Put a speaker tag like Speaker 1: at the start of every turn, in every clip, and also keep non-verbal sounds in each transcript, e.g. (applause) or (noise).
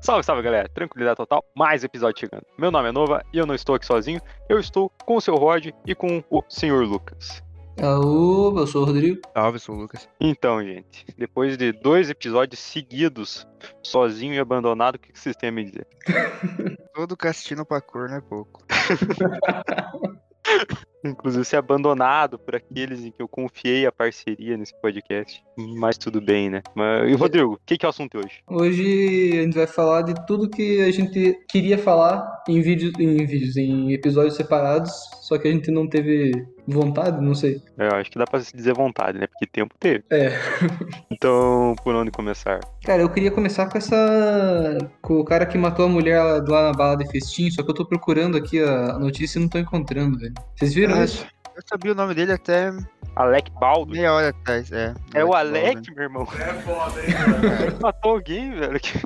Speaker 1: Salve, salve galera, tranquilidade total, mais episódio chegando. Meu nome é Nova e eu não estou aqui sozinho, eu estou com o seu Rod e com o senhor Lucas.
Speaker 2: Aô, É eu sou o Rodrigo.
Speaker 3: Salve, sou o Lucas.
Speaker 1: Então, gente, depois de dois episódios seguidos, sozinho e abandonado, o que que vocês têm a me dizer?
Speaker 3: (laughs) Todo castino pra cor não é pouco.
Speaker 1: (laughs) Inclusive ser abandonado por aqueles em que eu confiei a parceria nesse podcast. Mas tudo bem, né? Mas, e Rodrigo, o que, que é o assunto hoje?
Speaker 2: Hoje a gente vai falar de tudo que a gente queria falar em vídeos, em vídeos, em episódios separados, só que a gente não teve vontade, não sei.
Speaker 1: Eu acho que dá pra se dizer vontade, né? Porque tempo teve.
Speaker 2: É.
Speaker 1: Então, por onde começar?
Speaker 2: Cara, eu queria começar com essa. com o cara que matou a mulher lá- lá na bala de festim, só que eu tô procurando aqui a a notícia e não tô encontrando, velho. Vocês viram
Speaker 3: Ah,
Speaker 2: isso?
Speaker 3: Eu sabia o nome dele até
Speaker 1: Alec Baldo?
Speaker 3: meia hora atrás, é.
Speaker 1: É o
Speaker 3: Alex
Speaker 1: Alec, meu irmão. É foda, hein? (laughs) Matou alguém, velho. que-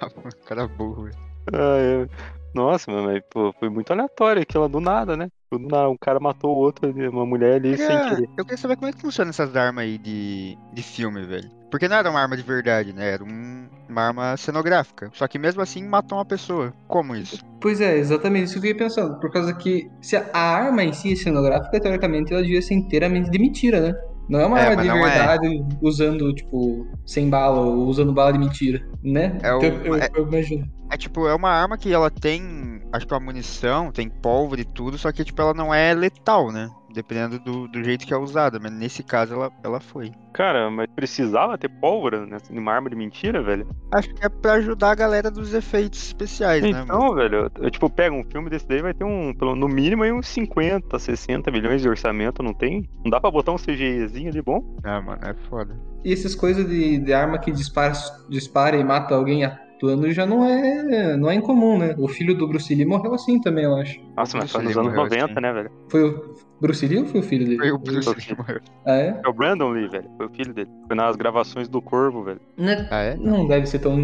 Speaker 3: Baldwin. tá (laughs) Cara burro, velho.
Speaker 1: Ai, eu- Nossa, mano, mas, pô, foi muito aleatório aquilo do nada, né? Do nada, um cara matou o outro, ali, uma mulher ali sem
Speaker 3: Cara,
Speaker 1: querer.
Speaker 3: eu queria saber como é que funciona essas armas aí de, de filme, velho. Porque não era uma arma de verdade, né? Era um- uma arma cenográfica. Só que mesmo assim matou uma pessoa. Como isso?
Speaker 2: Pois é, exatamente isso que eu fiquei pensando. Por causa que se a a arma em si é cenográfica, teoricamente ela devia ser inteiramente de mentira, né? Não é uma
Speaker 3: É,
Speaker 2: arma
Speaker 3: mas
Speaker 2: de
Speaker 3: não é.
Speaker 2: verdade usando, tipo, sem bala ou usando bala de mentira, né?
Speaker 3: É o-
Speaker 2: Então, eu,
Speaker 3: é-
Speaker 2: eu imagino.
Speaker 3: É tipo, é uma arma que ela tem, acho que uma munição, tem pólvora e tudo, só que tipo, ela não é letal, né? Dependendo do, do jeito que é usada, mas nesse caso ela, ela foi.
Speaker 1: Cara, mas precisava ter pólvora né? nessa- numa é arma de mentira, velho?
Speaker 3: Acho que é pra ajudar a galera dos efeitos especiais, né? mano?
Speaker 1: Então, velho, eu, eu, tipo, pega um filme desse daí, vai ter um, pelo- no mínimo aí uns 50, 60 milhões de orçamento, não tem? Não dá pra botar um CGIzinho ali bom?
Speaker 3: Ah, mano, é foda.
Speaker 2: E essas coisas de, de arma que dispara, dispara e mata alguém atuando já não é, não é incomum, né? O filho do Bruce Lee morreu assim também, eu acho.
Speaker 1: Nossa, mas
Speaker 3: Bruce
Speaker 1: foi nos
Speaker 3: Lee
Speaker 1: anos
Speaker 3: morreu
Speaker 1: 90,
Speaker 3: assim.
Speaker 1: né, velho?
Speaker 2: Foi o Bruce Lee ou foi o filho dele?
Speaker 3: Foi o Bruce
Speaker 1: Lee que
Speaker 3: que morreu.
Speaker 2: Ah, é?
Speaker 1: É o Brandon Lee, velho, foi o filho dele. Foi nas gravações do Corvo, velho.
Speaker 2: Né?
Speaker 3: Ah, é?
Speaker 2: Não deve ser tão.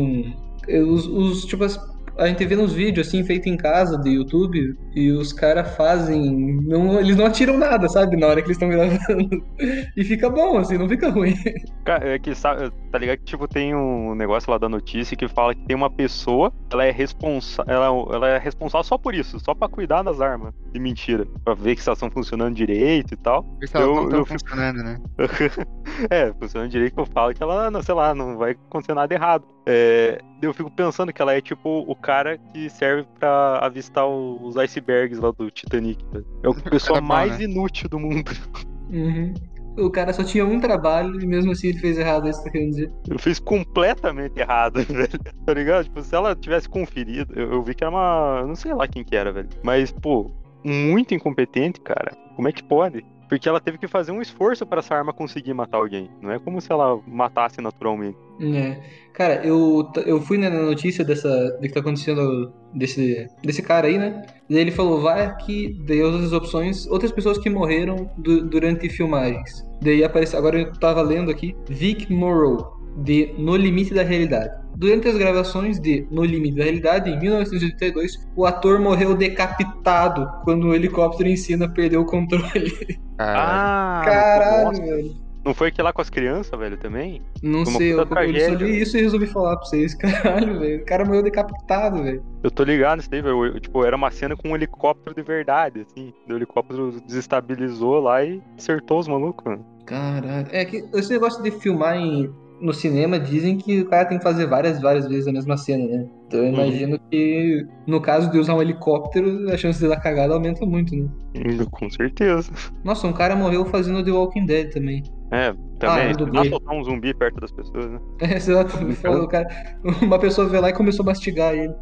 Speaker 2: Os, os tipo, as- a gente vê nos vídeos assim, feito em casa do YouTube, e os caras fazem. Não, eles não atiram nada, sabe? Na hora que eles estão gravando. (laughs) E fica bom, assim, não fica ruim.
Speaker 1: Cara, é que sabe, tá ligado que tipo tem um negócio lá da notícia que fala que tem uma pessoa, ela é responsável, ela, ela é responsável só por isso, só pra cuidar das armas de mentira, Pra ver que se elas estão funcionando direito e tal.
Speaker 3: Por isso elas
Speaker 1: Eu-
Speaker 3: não
Speaker 1: eu
Speaker 3: estão
Speaker 1: fico-
Speaker 3: funcionando, né?
Speaker 1: é, funcionando direito que eu falo que ela, não, sei lá, não vai acontecer nada errado. É, eu fico pensando que ela é tipo o cara que serve pra avistar os icebergs lá do Titanic. velho. É o pessoa
Speaker 3: bom,
Speaker 1: mais
Speaker 3: né?
Speaker 1: inútil do mundo.
Speaker 2: Uhum. O cara só tinha um trabalho e mesmo assim ele fez errado, é isso que eu tô querendo dizer.
Speaker 1: Eu fiz completamente errado, (laughs) velho. Tá ligado? Tipo, se ela tivesse conferido, eu, eu vi que era uma. eu Não sei lá quem que era, velho. Mas, pô, muito incompetente, cara. Como é que pode? Porque ela teve que fazer um esforço pra essa arma conseguir matar alguém. Não é como se ela matasse naturalmente.
Speaker 2: É. Cara, eu, t- eu fui né, na notícia dessa, do que tá acontecendo desse, desse cara aí, né? Daí ele falou, vai que dei outras opções, outras pessoas que morreram du- durante filmagens. Daí apareceu, agora eu tava lendo aqui, Vic Morrow, de No Limite da Realidade. Durante as gravações de No Limite da Realidade, em 1982, o ator morreu decapitado quando um helicóptero em cena perdeu o controle.
Speaker 3: Caralho.
Speaker 1: Ah,
Speaker 2: Caralho,
Speaker 1: nossa.
Speaker 2: velho.
Speaker 1: Não foi que lá com as crianças, velho, também?
Speaker 2: Não
Speaker 1: Foi uma
Speaker 2: sei, eu,
Speaker 1: puta
Speaker 2: eu só
Speaker 1: tragédia,
Speaker 2: li
Speaker 1: velho.
Speaker 2: isso e resolvi falar pra vocês. (laughs) Caralho, velho. O cara morreu decapitado, velho.
Speaker 1: Eu tô ligado nisso daí, velho. Eu- Tipo, era uma cena com um helicóptero de verdade, assim. O helicóptero desestabilizou lá e acertou os malucos, mano.
Speaker 2: Caralho. É que esse negócio de filmar em, no cinema dizem que o cara tem que fazer várias, várias vezes a mesma cena, né? Então eu
Speaker 1: Uhum.
Speaker 2: imagino que no caso de usar um helicóptero, a chance de dar cagada aumenta muito, né?
Speaker 1: Com certeza.
Speaker 2: Nossa, um cara morreu fazendo The Walking Dead também. (laughs)
Speaker 1: É, também.
Speaker 2: Ah, do
Speaker 1: dá
Speaker 2: boi.
Speaker 1: soltar um zumbi perto das pessoas, né?
Speaker 2: É, sei lá, tu falou, o cara, uma pessoa veio lá e começou a mastigar ele.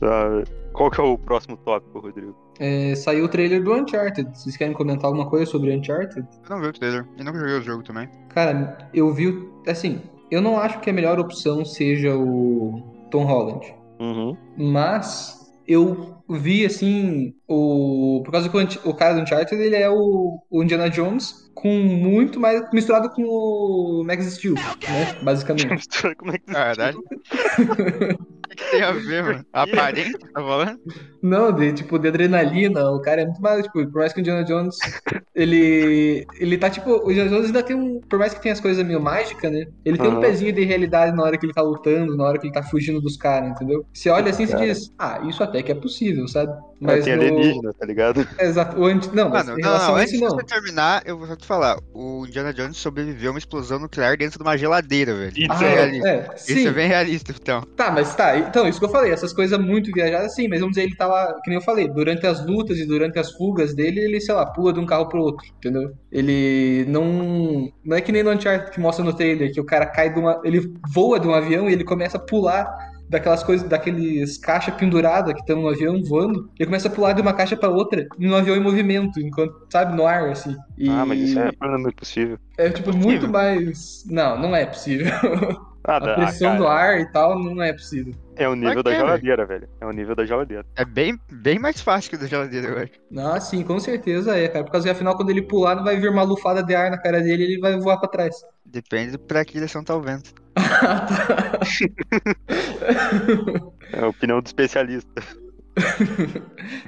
Speaker 1: Tá. Qual que é o próximo tópico, Rodrigo?
Speaker 2: É, saiu o trailer do Uncharted. Vocês querem comentar alguma coisa sobre Uncharted?
Speaker 3: Eu não vi o trailer. E nunca joguei o jogo também.
Speaker 2: Cara, eu vi. o- Assim, eu não acho que a melhor opção seja o Tom Holland.
Speaker 1: (laughs) Uhum.
Speaker 2: Mas eu vi, assim, o. Por causa que o Unch- o cara do Uncharted, ele é o, o Indiana Jones com muito mais. misturado com
Speaker 1: é tá?
Speaker 3: Ah,
Speaker 2: o Max Steel, né? Basicamente. (laughs)
Speaker 1: Como é que
Speaker 3: Caralho. tem a ver, mano? Aparente, tá falando?
Speaker 2: Não, de, tipo, de adrenalina, o cara é muito mais, tipo, por mais que o Indiana
Speaker 1: (laughs)
Speaker 2: Jones, ele, ele tá, tipo, o Indiana Jones ainda tem um, por mais que tenha as coisas meio mágicas, né, ele tem um
Speaker 1: Aham.
Speaker 2: pezinho de realidade na hora que ele tá lutando, na hora que ele tá fugindo dos caras, entendeu? Você olha assim e se
Speaker 1: Cara.
Speaker 2: diz, ah, isso até que é possível, sabe?
Speaker 1: Mas tem
Speaker 2: no-
Speaker 1: alienígena, tá ligado?
Speaker 2: Exato, o anti... não, mas
Speaker 3: Mano,
Speaker 2: em
Speaker 3: não,
Speaker 2: relação
Speaker 3: não,
Speaker 2: a
Speaker 3: antes
Speaker 2: isso,
Speaker 3: de
Speaker 2: não.
Speaker 3: você terminar, eu vou só te falar. O Indiana Jones sobreviveu a uma explosão nuclear dentro de uma geladeira, velho.
Speaker 1: Isso
Speaker 2: Ah,
Speaker 1: é
Speaker 3: realista.
Speaker 2: é, sim.
Speaker 3: Isso é bem realista, então.
Speaker 2: Tá, mas tá, então, isso que eu falei, essas coisas muito viajadas, sim, mas vamos dizer, ele tá lá, que nem eu falei, durante as lutas e durante as fugas dele, ele, sei lá, pula de um carro pro outro, entendeu? Ele não. Não é que nem no Uncharted que mostra no trailer, que o cara cai de uma. Ele voa de um avião e ele começa a pular daquelas coisas, daqueles caixas penduradas que estão no avião voando, ele começa a pular de uma caixa pra outra, num avião em movimento, enquanto, sabe, no ar, assim. E
Speaker 1: Ah, mas isso é plenamente possível.
Speaker 2: é, tipo,
Speaker 3: possível.
Speaker 2: muito mais. Não, não é possível.
Speaker 1: Ah,
Speaker 2: A
Speaker 1: dá,
Speaker 2: pressão
Speaker 1: cara,
Speaker 2: do ar e tal, não é possível.
Speaker 1: É o nível
Speaker 3: Mas
Speaker 1: da
Speaker 3: que, velho?
Speaker 1: geladeira, velho. É o nível da geladeira.
Speaker 3: É bem, bem mais fácil que o da geladeira, eu acho.
Speaker 2: Ah, sim, com certeza é, cara. Por causa que afinal, quando ele pular, não vai vir uma lufada de ar na cara dele e ele vai voar pra trás.
Speaker 3: Depende pra que direção tá o vento.
Speaker 1: É a opinião do especialista.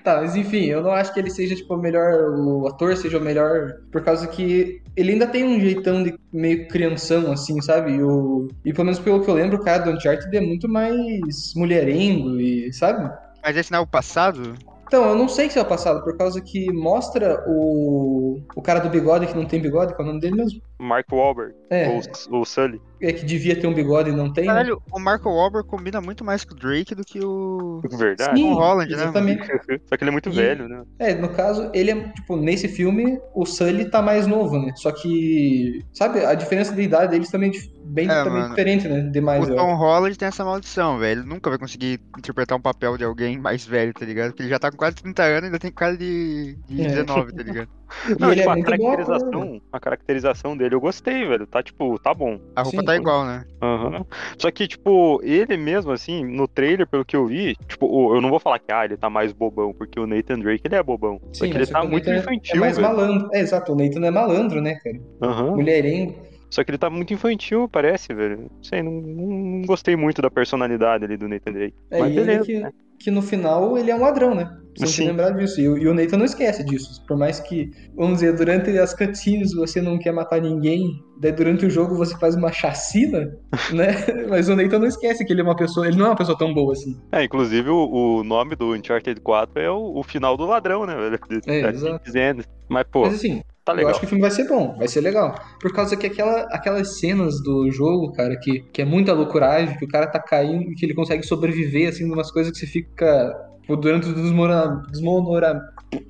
Speaker 2: Tá, mas enfim, eu não acho que ele seja, tipo, o melhor. O ator seja o melhor. Por causa que ele ainda tem um jeitão de meio crianção, assim, sabe? E, o... e pelo menos pelo que eu lembro, o cara do Uncharted é muito mais mulherengo e, sabe?
Speaker 3: Mas esse não é o passado?
Speaker 2: Então, eu não sei se é o passado, por causa que mostra o. O cara do bigode que não tem bigode, qual é o nome dele mesmo?
Speaker 1: Mark Wahlberg,
Speaker 2: É.
Speaker 1: ou, ou Sully.
Speaker 2: É que devia ter um bigode e não tem. né?
Speaker 3: Caralho, o Marco Wahlberg combina muito mais com o Drake do que o...
Speaker 1: Verdade.
Speaker 3: Tom Holland, né, mano?
Speaker 2: exatamente.
Speaker 1: (laughs) Só que ele é muito
Speaker 2: E-
Speaker 1: velho, né?
Speaker 2: É, no caso, ele é, tipo, nesse filme, o Sully tá mais novo, né? Só que, sabe, a diferença de idade deles também é dif- bem
Speaker 3: É,
Speaker 2: também
Speaker 3: mano. Então,
Speaker 2: diferente, né? Demais,
Speaker 3: o
Speaker 2: eu
Speaker 3: Tom
Speaker 2: acho.
Speaker 3: Holland tem essa maldição, velho. Ele nunca vai conseguir interpretar um papel de alguém mais velho, tá ligado? Porque ele já tá com quase 30 anos e ainda tem cara de, de
Speaker 2: É.
Speaker 3: 19, tá ligado?
Speaker 2: E ele é
Speaker 1: tipo, a
Speaker 2: muito bom ator, né?
Speaker 1: caracterização, a caracterização dele eu gostei, velho. Tá tipo, tá bom.
Speaker 3: A roupa
Speaker 2: Sim.
Speaker 3: tá igual, né?
Speaker 1: Aham. Então, Só que, tipo, ele mesmo, assim, no trailer, pelo que eu vi, tipo, o- eu não vou falar que ah, ele tá mais bobão, porque o Nathan Drake ele é bobão. Só
Speaker 2: Sim,
Speaker 1: que ele
Speaker 2: mas só
Speaker 1: tá
Speaker 2: que o
Speaker 1: muito
Speaker 2: Nathan é-
Speaker 1: infantil,
Speaker 2: É mais
Speaker 1: velho.
Speaker 2: malandro. É, exato, o Nathan é malandro, né, cara?
Speaker 1: Aham.
Speaker 2: Mulherengo.
Speaker 1: Só que ele tá muito infantil, parece, velho. Não sei, não, não gostei muito da personalidade ali do Nathan Drake.
Speaker 2: É,
Speaker 1: Mas
Speaker 2: e ele
Speaker 1: beleza,
Speaker 2: que,
Speaker 1: né?
Speaker 2: que no final ele é um ladrão, né? Você tem
Speaker 1: Sim.
Speaker 2: que lembrar disso. E, o- e o Nathan não esquece disso. Por mais que, vamos dizer, durante as cutscenes você não quer matar ninguém, daí durante o jogo você faz uma chacina, né? (laughs) Mas o Nathan não esquece que ele é uma pessoa. Ele não é uma pessoa tão boa assim.
Speaker 1: É, inclusive o, o nome do Uncharted 4 é o, o final do ladrão, né, velho? (laughs)
Speaker 2: É,
Speaker 1: Tá
Speaker 2: exato.
Speaker 1: dizendo. Mas, pô,
Speaker 2: Mas assim,
Speaker 1: tá
Speaker 2: Eu
Speaker 1: legal.
Speaker 2: acho que o filme vai ser bom, vai ser legal. Por causa que aquela, aquelas cenas do jogo, cara, que, que é muita loucuragem, que o cara tá caindo e que ele consegue sobreviver, assim, de umas coisas que você fica. pô, Durante o desmorona. desmonora-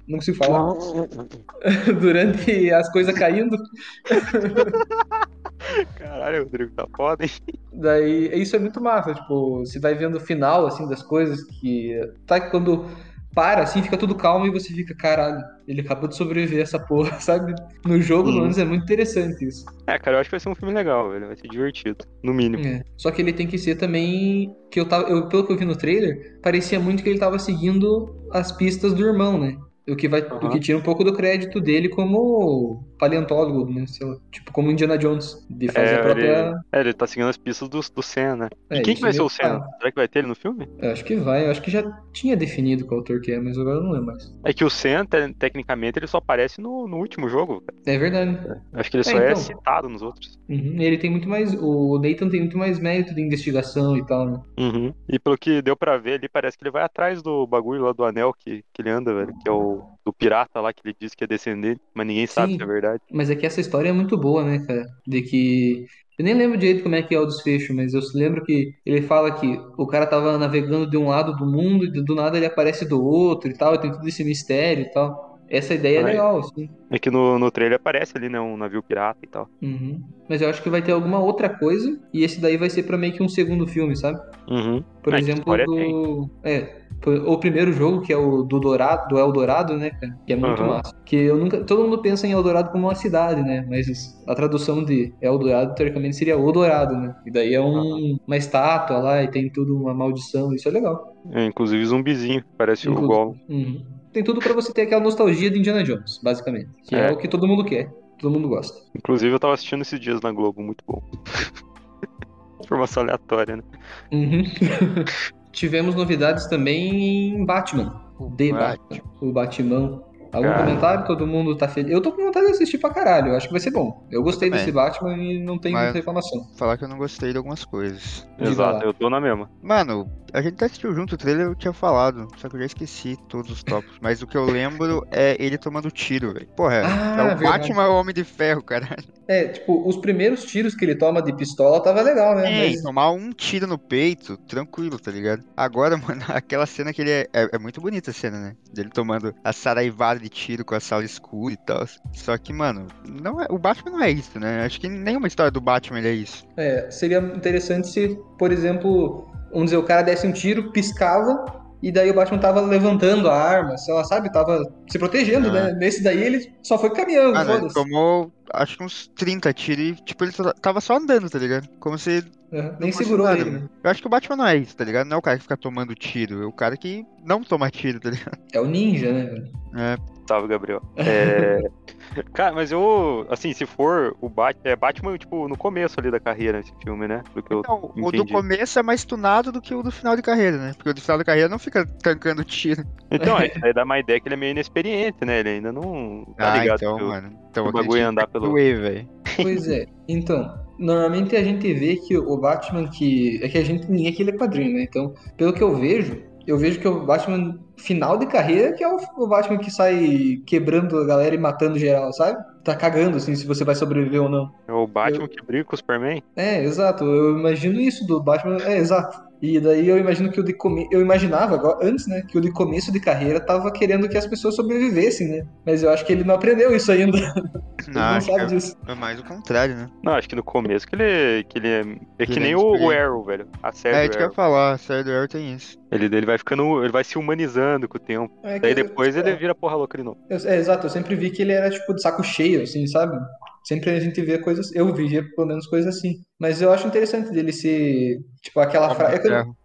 Speaker 2: Não consigo falar. (laughs) Durante as coisas caindo.
Speaker 1: Caralho, Rodrigo, tá foda, hein?
Speaker 2: Daí. Isso é muito massa. Tipo, você vai vendo o final, assim, das coisas que. Tá que quando. Para, assim, fica tudo calmo e você fica, caralho, ele acabou de sobreviver essa porra, (laughs) sabe? No jogo, pelo
Speaker 1: Uhum.
Speaker 2: menos, é muito interessante isso.
Speaker 1: É, cara, eu acho que vai ser um filme legal, velho. Vai ser divertido, no mínimo.
Speaker 2: É. Só que ele tem que ser também. Que eu tava. eu- pelo que eu vi no trailer, parecia muito que ele tava seguindo as pistas do irmão, né? O que, vai, o
Speaker 1: Aham.
Speaker 2: que tira um pouco do crédito dele como paleontólogo, né? Sei lá, tipo, como Indiana Jones, de fazer
Speaker 1: É,
Speaker 2: a própria.
Speaker 1: É, ele tá seguindo as pistas do, do Senna, né?
Speaker 2: É,
Speaker 1: e quem que
Speaker 2: isso
Speaker 1: vai ser
Speaker 2: meio
Speaker 1: o Senna?
Speaker 2: claro.
Speaker 1: Será que vai ter ele no filme?
Speaker 2: Eu acho que vai, eu acho que já tinha definido qual autor que é, mas agora eu não lembro mais.
Speaker 1: É que o Senna, te- tecnicamente, ele só aparece no, no último jogo. cara.
Speaker 2: É verdade.
Speaker 1: Acho que ele
Speaker 2: É,
Speaker 1: só é,
Speaker 2: então.
Speaker 1: citado nos outros.
Speaker 2: Uhum, Ele tem muito mais. O Nathan tem muito mais mérito de investigação e tal, né?
Speaker 1: Uhum. E pelo que deu pra ver ali, parece que ele vai atrás do bagulho lá do anel que, que ele anda, velho. Que é o do pirata lá que ele diz que é descendente, mas ninguém sabe
Speaker 2: Sim.
Speaker 1: se é verdade.
Speaker 2: Mas é que essa história é muito boa, né, cara? De que. Eu nem lembro direito como é que é o desfecho, mas eu lembro que ele fala que o cara tava navegando de um lado do mundo e do nada ele aparece do outro e tal, e tem tudo esse mistério e tal. Essa ideia é
Speaker 1: Ah, é.
Speaker 2: legal, assim.
Speaker 1: É que no, no trailer aparece ali, né? Um navio pirata e tal.
Speaker 2: Uhum. Mas eu acho que vai ter alguma outra coisa e esse daí vai ser pra meio que um segundo filme, sabe?
Speaker 1: Uhum.
Speaker 2: Por
Speaker 1: Ah, que
Speaker 2: exemplo,
Speaker 1: história
Speaker 2: do... é, por- o primeiro jogo, que é o do Dourado, do Eldorado, né, cara? Que é muito
Speaker 1: Aham.
Speaker 2: massa. Que eu nunca. Todo mundo pensa em Eldorado como uma cidade, né? Mas a tradução de Eldorado, teoricamente, seria O Dourado, né? E daí é um- uma estátua lá e tem tudo, uma maldição, isso é legal.
Speaker 1: É, inclusive zumbizinho, parece o
Speaker 2: Inclu-
Speaker 1: Gollum.
Speaker 2: Uhum. Tem tudo pra você ter aquela nostalgia de Indiana Jones, basicamente. Que é,
Speaker 1: É.
Speaker 2: o que todo mundo quer, todo mundo gosta.
Speaker 1: Inclusive, eu tava assistindo esses dias (laughs) na Globo, muito bom. Informação aleatória, né?
Speaker 2: Uhum. (laughs) Tivemos novidades também em Batman. The Batman. O Batman. Algum
Speaker 1: Cara.
Speaker 2: comentário? Todo mundo tá feliz. Eu tô com vontade de assistir pra caralho. Eu acho que vai ser bom. Eu gostei
Speaker 3: também.
Speaker 2: desse Batman e não tem
Speaker 3: É. Mas-
Speaker 2: muita reclamação.
Speaker 3: Falar que eu não gostei de algumas coisas.
Speaker 2: Diga
Speaker 1: Exato,
Speaker 2: lá.
Speaker 1: eu tô na mesma.
Speaker 3: Mano, a gente até assistiu junto o trailer, eu tinha falado, só que eu já esqueci todos os tópicos. Mas o que eu lembro é ele tomando tiro, velho. Porra,
Speaker 2: Ah,
Speaker 3: é, é o
Speaker 2: verdade.
Speaker 3: Batman é o Homem de Ferro, cara.
Speaker 2: É, tipo, os primeiros tiros que ele toma de pistola tava legal, né?
Speaker 3: É,
Speaker 2: Mas-
Speaker 3: tomar um tiro no peito, tranquilo, tá ligado? Agora, (laughs) mano, aquela cena que ele é, é, é muito bonita a cena, né? Dele tomando a saraivada de tiro com a sala escura e tal. Só que, mano, não é, o Batman não é isso, né? Acho que nenhuma história do Batman ele é isso.
Speaker 2: É, seria interessante se, por exemplo, vamos dizer, o cara desse um tiro, piscava, e daí o Batman tava levantando a arma, sei lá, sabe? Tava se protegendo,
Speaker 3: Ah. né?
Speaker 2: né? Nesse daí ele só foi caminhando,
Speaker 3: Mano, ele
Speaker 2: foda-se.
Speaker 3: tomou, acho que uns 30 tiros e, tipo, ele só- tava só andando, tá ligado? Como se
Speaker 2: Aham,
Speaker 3: não
Speaker 2: Nem
Speaker 3: fosse
Speaker 2: segurou
Speaker 3: nada,
Speaker 2: ele, né?
Speaker 3: mano. Eu acho que o Batman não é isso, tá ligado? Não é o cara que fica tomando tiro, é o cara que não toma tiro, tá ligado?
Speaker 2: É o ninja, né? velho?
Speaker 3: É,
Speaker 1: Salve,
Speaker 3: (laughs)
Speaker 1: Gabriel. É... Cara, mas eu, assim, se for o Bat... é Batman, tipo, no começo ali da carreira, esse filme, né? Do que eu...
Speaker 3: Então, o do
Speaker 1: entendi.
Speaker 3: começo é mais tunado do que o do final de carreira, né? Porque o do final de carreira não fica tancando tiro.
Speaker 1: Então, é, aí dá uma ideia que ele é meio inexperiente, né? Ele ainda não tá
Speaker 3: ah,
Speaker 1: ligado.
Speaker 3: então,
Speaker 1: que o-
Speaker 3: mano. Então,
Speaker 1: o
Speaker 3: aquele
Speaker 1: bagulho ia
Speaker 3: tiro
Speaker 1: andar
Speaker 3: tem que
Speaker 1: pelo-
Speaker 3: doer, velho.
Speaker 2: Pois é. Então, normalmente a gente vê que o Batman que. É que a gente nem aquele quadrinho, né? Então, pelo que eu vejo, eu vejo que o Batman final de carreira que é o, o Batman que sai quebrando a galera e matando geral, sabe? Tá cagando, assim, se você vai sobreviver ou não.
Speaker 1: É o Batman que briga com o Superman?
Speaker 2: É, exato. Eu imagino isso do Batman. É, exato. E daí eu imagino que o de come... eu imaginava agora, antes, né, que o de começo de carreira tava querendo que as pessoas sobrevivessem, né? Mas eu acho que ele não aprendeu isso ainda. (laughs) Ele
Speaker 3: Não,
Speaker 2: não
Speaker 1: Ah,
Speaker 3: acho
Speaker 2: sabe
Speaker 3: que
Speaker 2: disso.
Speaker 3: é mais o contrário, né?
Speaker 1: Não, acho que no começo que ele, que ele é. É que
Speaker 3: Ele é
Speaker 1: nem o, o
Speaker 3: inexperiente.
Speaker 1: Arrow, velho. A série
Speaker 3: É,
Speaker 1: do
Speaker 3: isso que eu ia
Speaker 1: Arrow.
Speaker 3: falar. A série do Arrow tem isso.
Speaker 1: Ele, ele vai ficando. Ele vai se humanizando com o tempo.
Speaker 2: É que
Speaker 1: Daí
Speaker 2: eu-
Speaker 1: depois ele vira porra louca de novo.
Speaker 2: eu- é, exato. Eu sempre vi que ele era, tipo, de saco cheio, assim, sabe? Sempre a gente vê coisas... Eu via, pelo menos, coisas assim. Mas eu acho interessante dele ser... Tipo, aquela frase...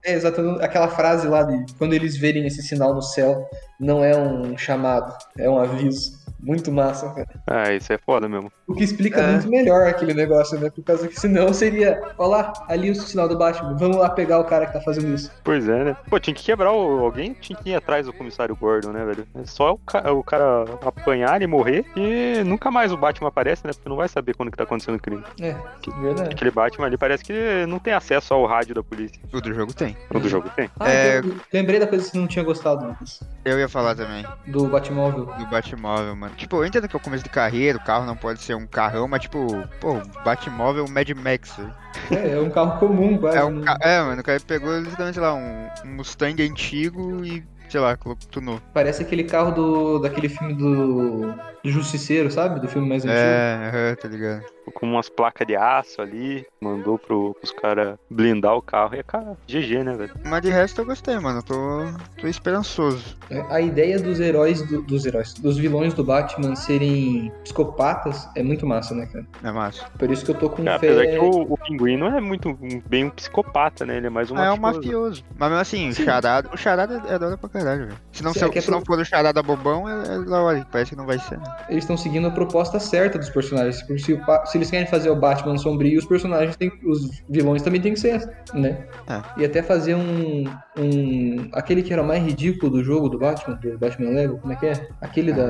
Speaker 2: É, exato. Aquela frase lá de... Quando eles verem esse sinal no céu, não é um chamado, é um aviso. Muito massa, cara.
Speaker 1: Ah, isso é foda mesmo.
Speaker 2: O que explica
Speaker 3: É.
Speaker 2: muito melhor aquele negócio, né? Por causa que senão seria, ó lá, ali o sinal do Batman, vamos lá pegar o cara que tá fazendo isso.
Speaker 1: Pois é, né? Pô, tinha que quebrar o, alguém, tinha que ir atrás do comissário Gordon, né, velho? É só o, ca- o cara apanhar e morrer e nunca mais o Batman aparece, né? Porque não vai saber quando que tá acontecendo o crime.
Speaker 2: É, verdade.
Speaker 1: Aquele Batman ali parece que não tem acesso ao rádio da polícia.
Speaker 3: O do jogo tem.
Speaker 1: O do jogo tem.
Speaker 2: Ah,
Speaker 3: É.
Speaker 2: eu lembrei da coisa que você não tinha gostado, Lucas,
Speaker 3: Eu ia falar também
Speaker 2: do Batmóvel.
Speaker 3: do Batmóvel, mano. Tipo, eu entendo que é o começo de carreira, o carro não pode ser um carrão, mas tipo, pô, o Batmóvel é o Mad Max, velho.
Speaker 2: É, é um carro comum, quase.
Speaker 3: É, um
Speaker 2: né?
Speaker 3: ca- é, mano, o cara pegou literalmente, sei lá, um, um Mustang antigo e, sei lá, colocou- tunou.
Speaker 2: Parece aquele carro do daquele filme do, do Justiceiro, sabe? Do filme mais antigo.
Speaker 3: É, aham, tá ligado?
Speaker 1: Com umas placas de aço ali, mandou pro, pros caras blindar o carro. E é cara, GG, né, velho?
Speaker 3: Mas de resto eu gostei, mano. Eu Tô, tô esperançoso.
Speaker 2: A ideia dos heróis, do- dos heróis, dos vilões do Batman serem psicopatas é muito massa, né, cara?
Speaker 3: É massa.
Speaker 2: Por isso que eu tô com
Speaker 1: Cara, É, apesar
Speaker 2: fé...
Speaker 1: que o, o pinguim não é muito um- bem um psicopata, né? Ele é mais um
Speaker 3: Ah, é um
Speaker 1: mafioso.
Speaker 3: mafioso. Mas mesmo assim, o
Speaker 2: Sim.
Speaker 3: charada. O charada é da hora pra caralho, velho. Se não,
Speaker 2: Será
Speaker 3: se,
Speaker 2: que é
Speaker 3: se não
Speaker 2: pro-
Speaker 3: for o charada bobão, é, é da hora. Parece que não vai ser. né?
Speaker 2: eles estão seguindo a proposta certa dos personagens. Porque se, o pa- se eles querem fazer o Batman sombrio, os personagens têm, os vilões também têm que ser, né?
Speaker 3: É.
Speaker 2: E até fazer um, um- aquele que era o mais ridículo do jogo do Batman, do Batman Lego, como é que é? Aquele da,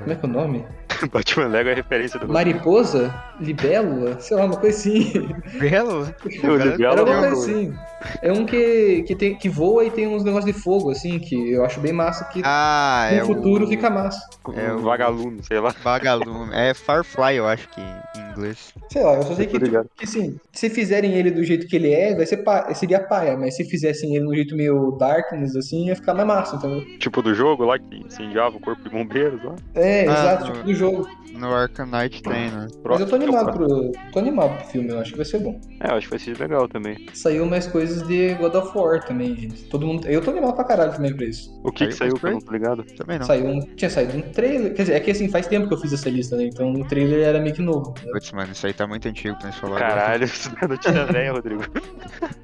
Speaker 2: como é que é o nome?
Speaker 1: (laughs) Batman Lego é referência do
Speaker 2: Mariposa, Libélula, sei lá, uma coisa assim.
Speaker 3: Belo?
Speaker 2: (laughs)
Speaker 1: Eu
Speaker 3: O cara-
Speaker 1: liguei
Speaker 2: Era
Speaker 1: ela
Speaker 2: uma
Speaker 1: mesmo.
Speaker 2: coisa assim. É um que que, tem, que voa e tem uns negócios de fogo assim, que eu acho bem massa que
Speaker 3: Ah,
Speaker 2: no
Speaker 3: é
Speaker 2: futuro
Speaker 3: o
Speaker 2: fica massa.
Speaker 3: É o-
Speaker 1: um vagalume, sei lá.
Speaker 3: Vagalume. É Firefly, eu acho que em inglês.
Speaker 2: Sei lá, eu só sei que,
Speaker 1: Tô ligado.
Speaker 2: tipo, que assim, se fizerem ele do jeito que ele é, vai ser pa- seria paia, mas se fizessem ele no jeito meio darkness, assim, ia ficar mais massa, entendeu?
Speaker 1: Tipo do jogo lá que incendiava o corpo de bombeiros lá.
Speaker 2: É,
Speaker 3: Ah,
Speaker 2: exato,
Speaker 3: não.
Speaker 2: tipo do jogo.
Speaker 3: No Arkham Knight tem, né?
Speaker 2: Mas eu tô animado
Speaker 1: Próximo.
Speaker 2: pro. Tô animado pro filme, eu acho que vai ser bom.
Speaker 1: É, eu acho que vai ser legal também.
Speaker 2: Saiu mais coisas de God of War também, gente. Todo mundo. Eu tô animado pra caralho também pra isso.
Speaker 1: O que que
Speaker 3: Saiu
Speaker 1: saiu, que eu não tô ligado?
Speaker 3: Também não.
Speaker 2: Saiu um. Tinha saído um trailer. Quer dizer, é que assim, faz tempo que eu fiz essa lista, né? Então o trailer era meio que novo. né?
Speaker 3: Putz, mano, isso aí tá muito antigo pra gente falar. agora.
Speaker 1: Caralho, (laughs) isso não é notícia velha, Rodrigo.